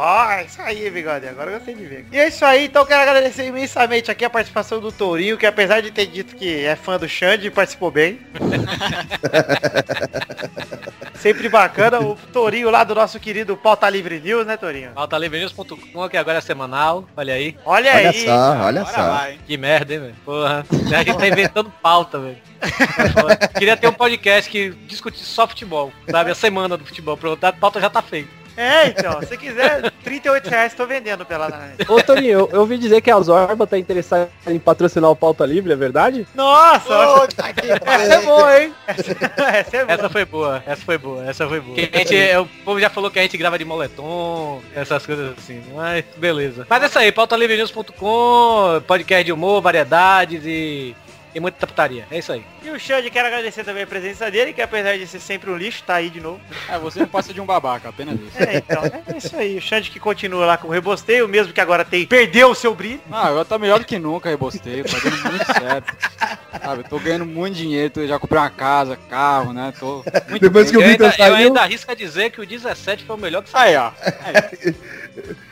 Ó, é isso aí, bigode. Agora eu gostei de ver. E é isso aí, então quero agradecer imensamente aqui a participação do Tourinho, que apesar de ter dito que é fã do Xande, participou
*laughs*
bem. Sempre bacana. O Tourinho lá do nosso querido Pauta Livre News, né, Tourinho?
Pautalivrenews.com, que agora é semanal. Olha aí.
Olha,
Olha
aí.
só,
cara.
olha
É Bora
só.
lá, hein?
Que merda, hein, velho? Porra. A gente tá inventando pauta, velho. *laughs* Queria ter um podcast que discutisse só futebol, sabe? A semana do futebol. Pronto, a pauta já tá feita.
É, então, se quiser, R$ 38 reais tô vendendo pela né? net.
Ô, Toninho, eu, eu ouvi dizer que a Zorba tá interessada em patrocinar o Pauta Livre, é verdade?
Nossa! essa é boa, hein? *laughs* Essa é boa.
Essa foi boa, essa foi boa, essa foi boa. Que a gente, é, o povo já falou que a gente grava de moletom, essas coisas assim, mas beleza. Mas é isso aí, pautalivrenews.com, podcast de humor, variedades e, e muita putaria. É isso aí.
E o Xande, quero agradecer também a presença dele, que apesar de ser sempre um lixo, tá aí de novo.
É, você não passa de um babaca, apenas isso.
É, então, é isso aí. O Xande que continua lá com o rebosteio, mesmo que agora tem, perdeu o seu brilho.
Ah, eu tô melhor do que nunca, rebosteio, fazendo muito certo. Sabe, eu tô ganhando muito dinheiro, tô- já comprei uma casa, carro, né?
*laughs*
Tô muito
Depois que
bem.
o
Eu
Vitor
ainda, eu
saiu...
ainda arrisco a dizer que o 17 foi o melhor que saiu.
Aí,
*laughs*
ó.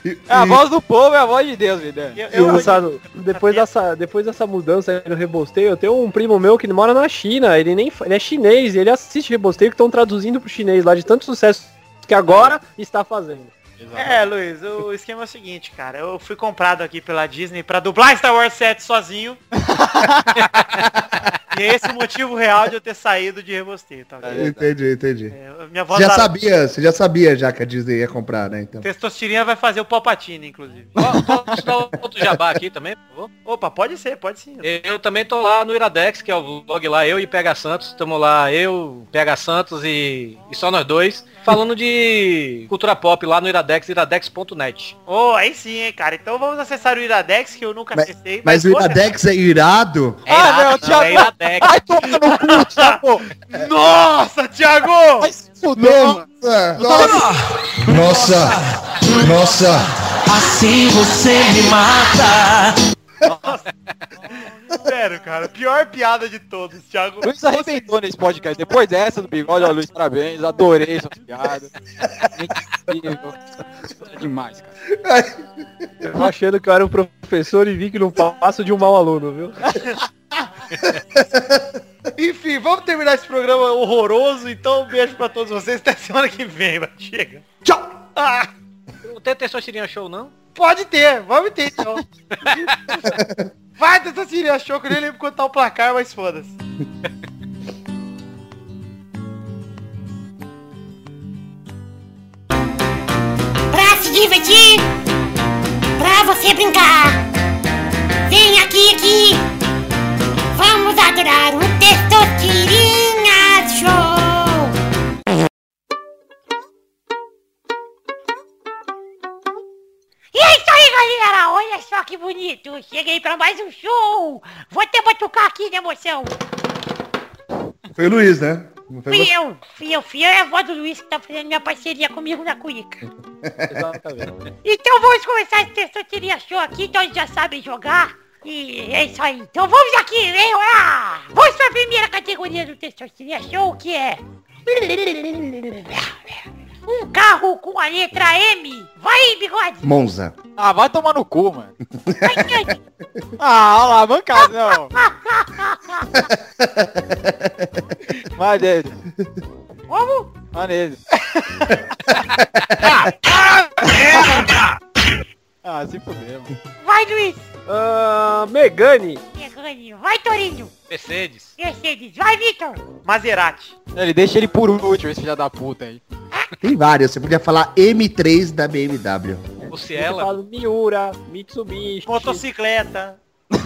É a voz do povo, é a voz de Deus, vida.
Eu,
E
eu-
engraçado, depois dessa, depois dessa mudança aí no rebosteio, eu tenho um primo meu que mora na China, ele nem fa- ele é chinês, e ele assiste rebosteio que estão traduzindo pro chinês lá de tanto sucesso que agora está fazendo.
É, Luiz, o esquema é o seguinte, cara. Eu fui comprado aqui pela Disney pra dublar Star Wars 7 sozinho. e é esse o motivo real de eu ter saído de rebosteio, tá ok?
Entendi, entendi.
É, minha voz
Você já
da-
sabia, você já sabia já que a Disney ia comprar, né? Então.
Testostirinha vai fazer o Palpatine, inclusive.
Ó, Posso dar outro jabá aqui também, por favor?
Opa, pode ser, pode sim.
Eu também tô lá no Iradex, que é o blog lá, eu e PH Santos. Estamos lá, eu, PH Santos e, e só nós dois.
*laughs*
Falando de cultura pop lá no Iradex, iradex.net.
Oh, aí sim, hein, cara. Então vamos acessar o Iradex, que eu nunca
Mas-
acessei.
Mas o
vou Ah,
Iradex é irado?
É irado,
Ah, Thiago.
é Iradex.
Vai tomar no cu, Thiago!
acessar. *laughs* Nossa, Thiago!
Vai se fuder, mano!
Nossa! Nossa! Nossa! Nossa!
Assim você me mata.
Sério, cara. Pior piada de todos, Thiago.
Luiz arrebentou nesse podcast. Depois dessa do bigode, ó, Luiz, parabéns. Adorei suas piadas. Incrível. É demais, cara.
Eu achando que eu era um professor e vi que não passo de um mau aluno, viu?
Enfim, vamos terminar esse programa horroroso. Então, um beijo pra todos vocês. Até semana que vem, mas chega. Tchau! Ah,
Não tem Testosterinha Show, não?
pode ter, vamos ter
*laughs*
então. Vai, Tata Siri, achou que eu nem lembro quanto tá o placar, mas foda-se.
Pra se divertir, pra você brincar. Vem aqui, aqui. Vamos adorar o Testosterinha Show. E é isso aí, galera! Olha só que bonito! Cheguei pra mais um show! Vou até batucar aqui de emoção!
Foi o Luiz, né? Não foi você.
Fiel, fiel, fiel é a voz do Luiz que tá fazendo minha parceria comigo na
*laughs*
cuica. Então vamos começar esse Testosteria Show aqui, então eles já sabem jogar. E é isso aí. Então vamos aqui, hein? Olá! Vamos pra primeira categoria do Testosteria Show, que é... Um carro com a letra M. Vai, aí, bigode!
Monza.
Ah, vai tomar no cu, mano.
Vai, Xande.
Ah, olha lá, mancada, não. Vai nele,
Como?
vai nele. Ah, se fuder, mano.
Vai, Luiz.
Ah, Megane,
Ferrani. Vai, Torinho.
Mercedes.
Mercedes. Vai, Victor.
Maserati.
Ele deixa ele por último, esse filho da puta aí.
Tem vários, você podia falar M3 da BMW.
O
eu
Ciela.
falo Miura, Mitsubishi,
Motocicleta.
Ô,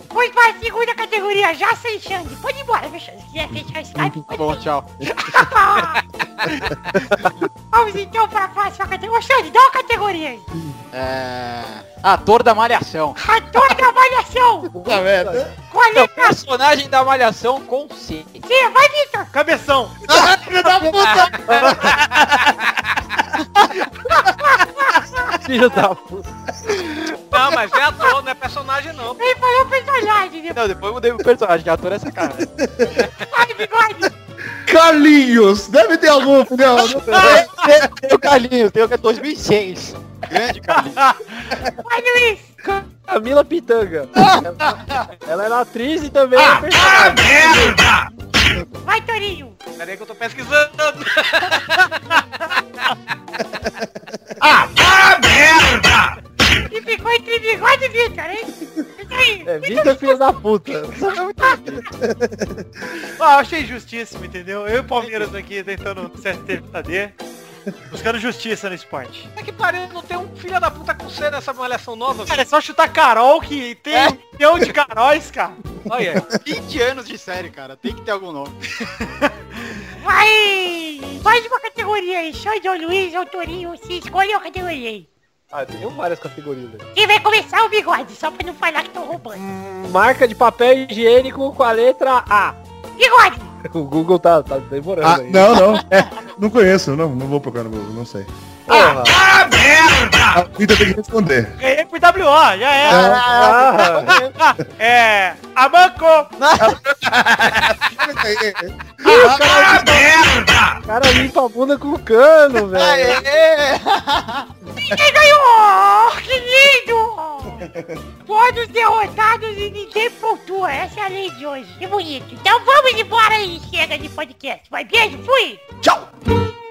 Depois vai a segunda categoria, já sem Xande. Pode ir embora, meu Xande. Se é quiser fechar o Skype,
Tá bom, tchau.
*laughs* vamos então pra próxima categoria. Ô Xande, dá uma categoria aí.
É... Ator da Malhação.
Ator da Malhação.
Puta
né?
merda.
Qual é,
*laughs*
cara?
Personagem da Malhação com C.
Sim, vai, Vitor.
Cabeção.
Ah,
Filho da puta!
Filho da puta.
Não, mas é ator, não é personagem não.
Ele falou personagem, né?
*laughs* Não, depois eu mudei o personagem, que ator é essa cara.
Vai, bigode.
Carlinhos! Deve ter algum, não. não-
tem o Carlinhos, tem o é 2006. Grande Carlinhos.
Vai, Luiz.
Camila Pitanga. Ela era atriz e também era personagem.
Vai, Torinho.
Peraí que eu tô pesquisando.
E ficou entre bigode e Vitor, hein? Isso aí.
É, Vitor filho da puta.
Ah, eu achei justíssimo, entendeu? Eu e o Palmeiras aqui tentando CSTVD, buscando justiça no esporte.
É que pariu, não tem um filho da puta com C nessa malhação
*laughs*
nova.
Cara, é só chutar Carol que tem um milhão de Caróis, cara.
Olha,
20 anos de série, cara. Tem que ter algum nome.
Vai. Mais uma categoria aí. Xande ou Luiz ou Torinho. Se escolhe uma categoria aí.
Ah, tem várias categorias. né?
E vai começar é o bigode, só pra não falar que tô roubando.
Marca de papel higiênico com a letra A.
Bigode.
O Google tá, tá demorando
Ah,
aí.
não, não. É, não conheço, não. Não vou procurar no Google, não sei.
Porra.
A vida tem que responder.
Ganhei por WO, já era.
Ah,
*laughs* É. Amanco!
o cara limpa a bunda com cano, velho.
Ninguém ganhou! Que lindo! Todos derrotados e ninguém pontua. Essa é a lei de hoje. Que bonito. Então vamos embora e chega de podcast. Vai, beijo, fui!
Tchau.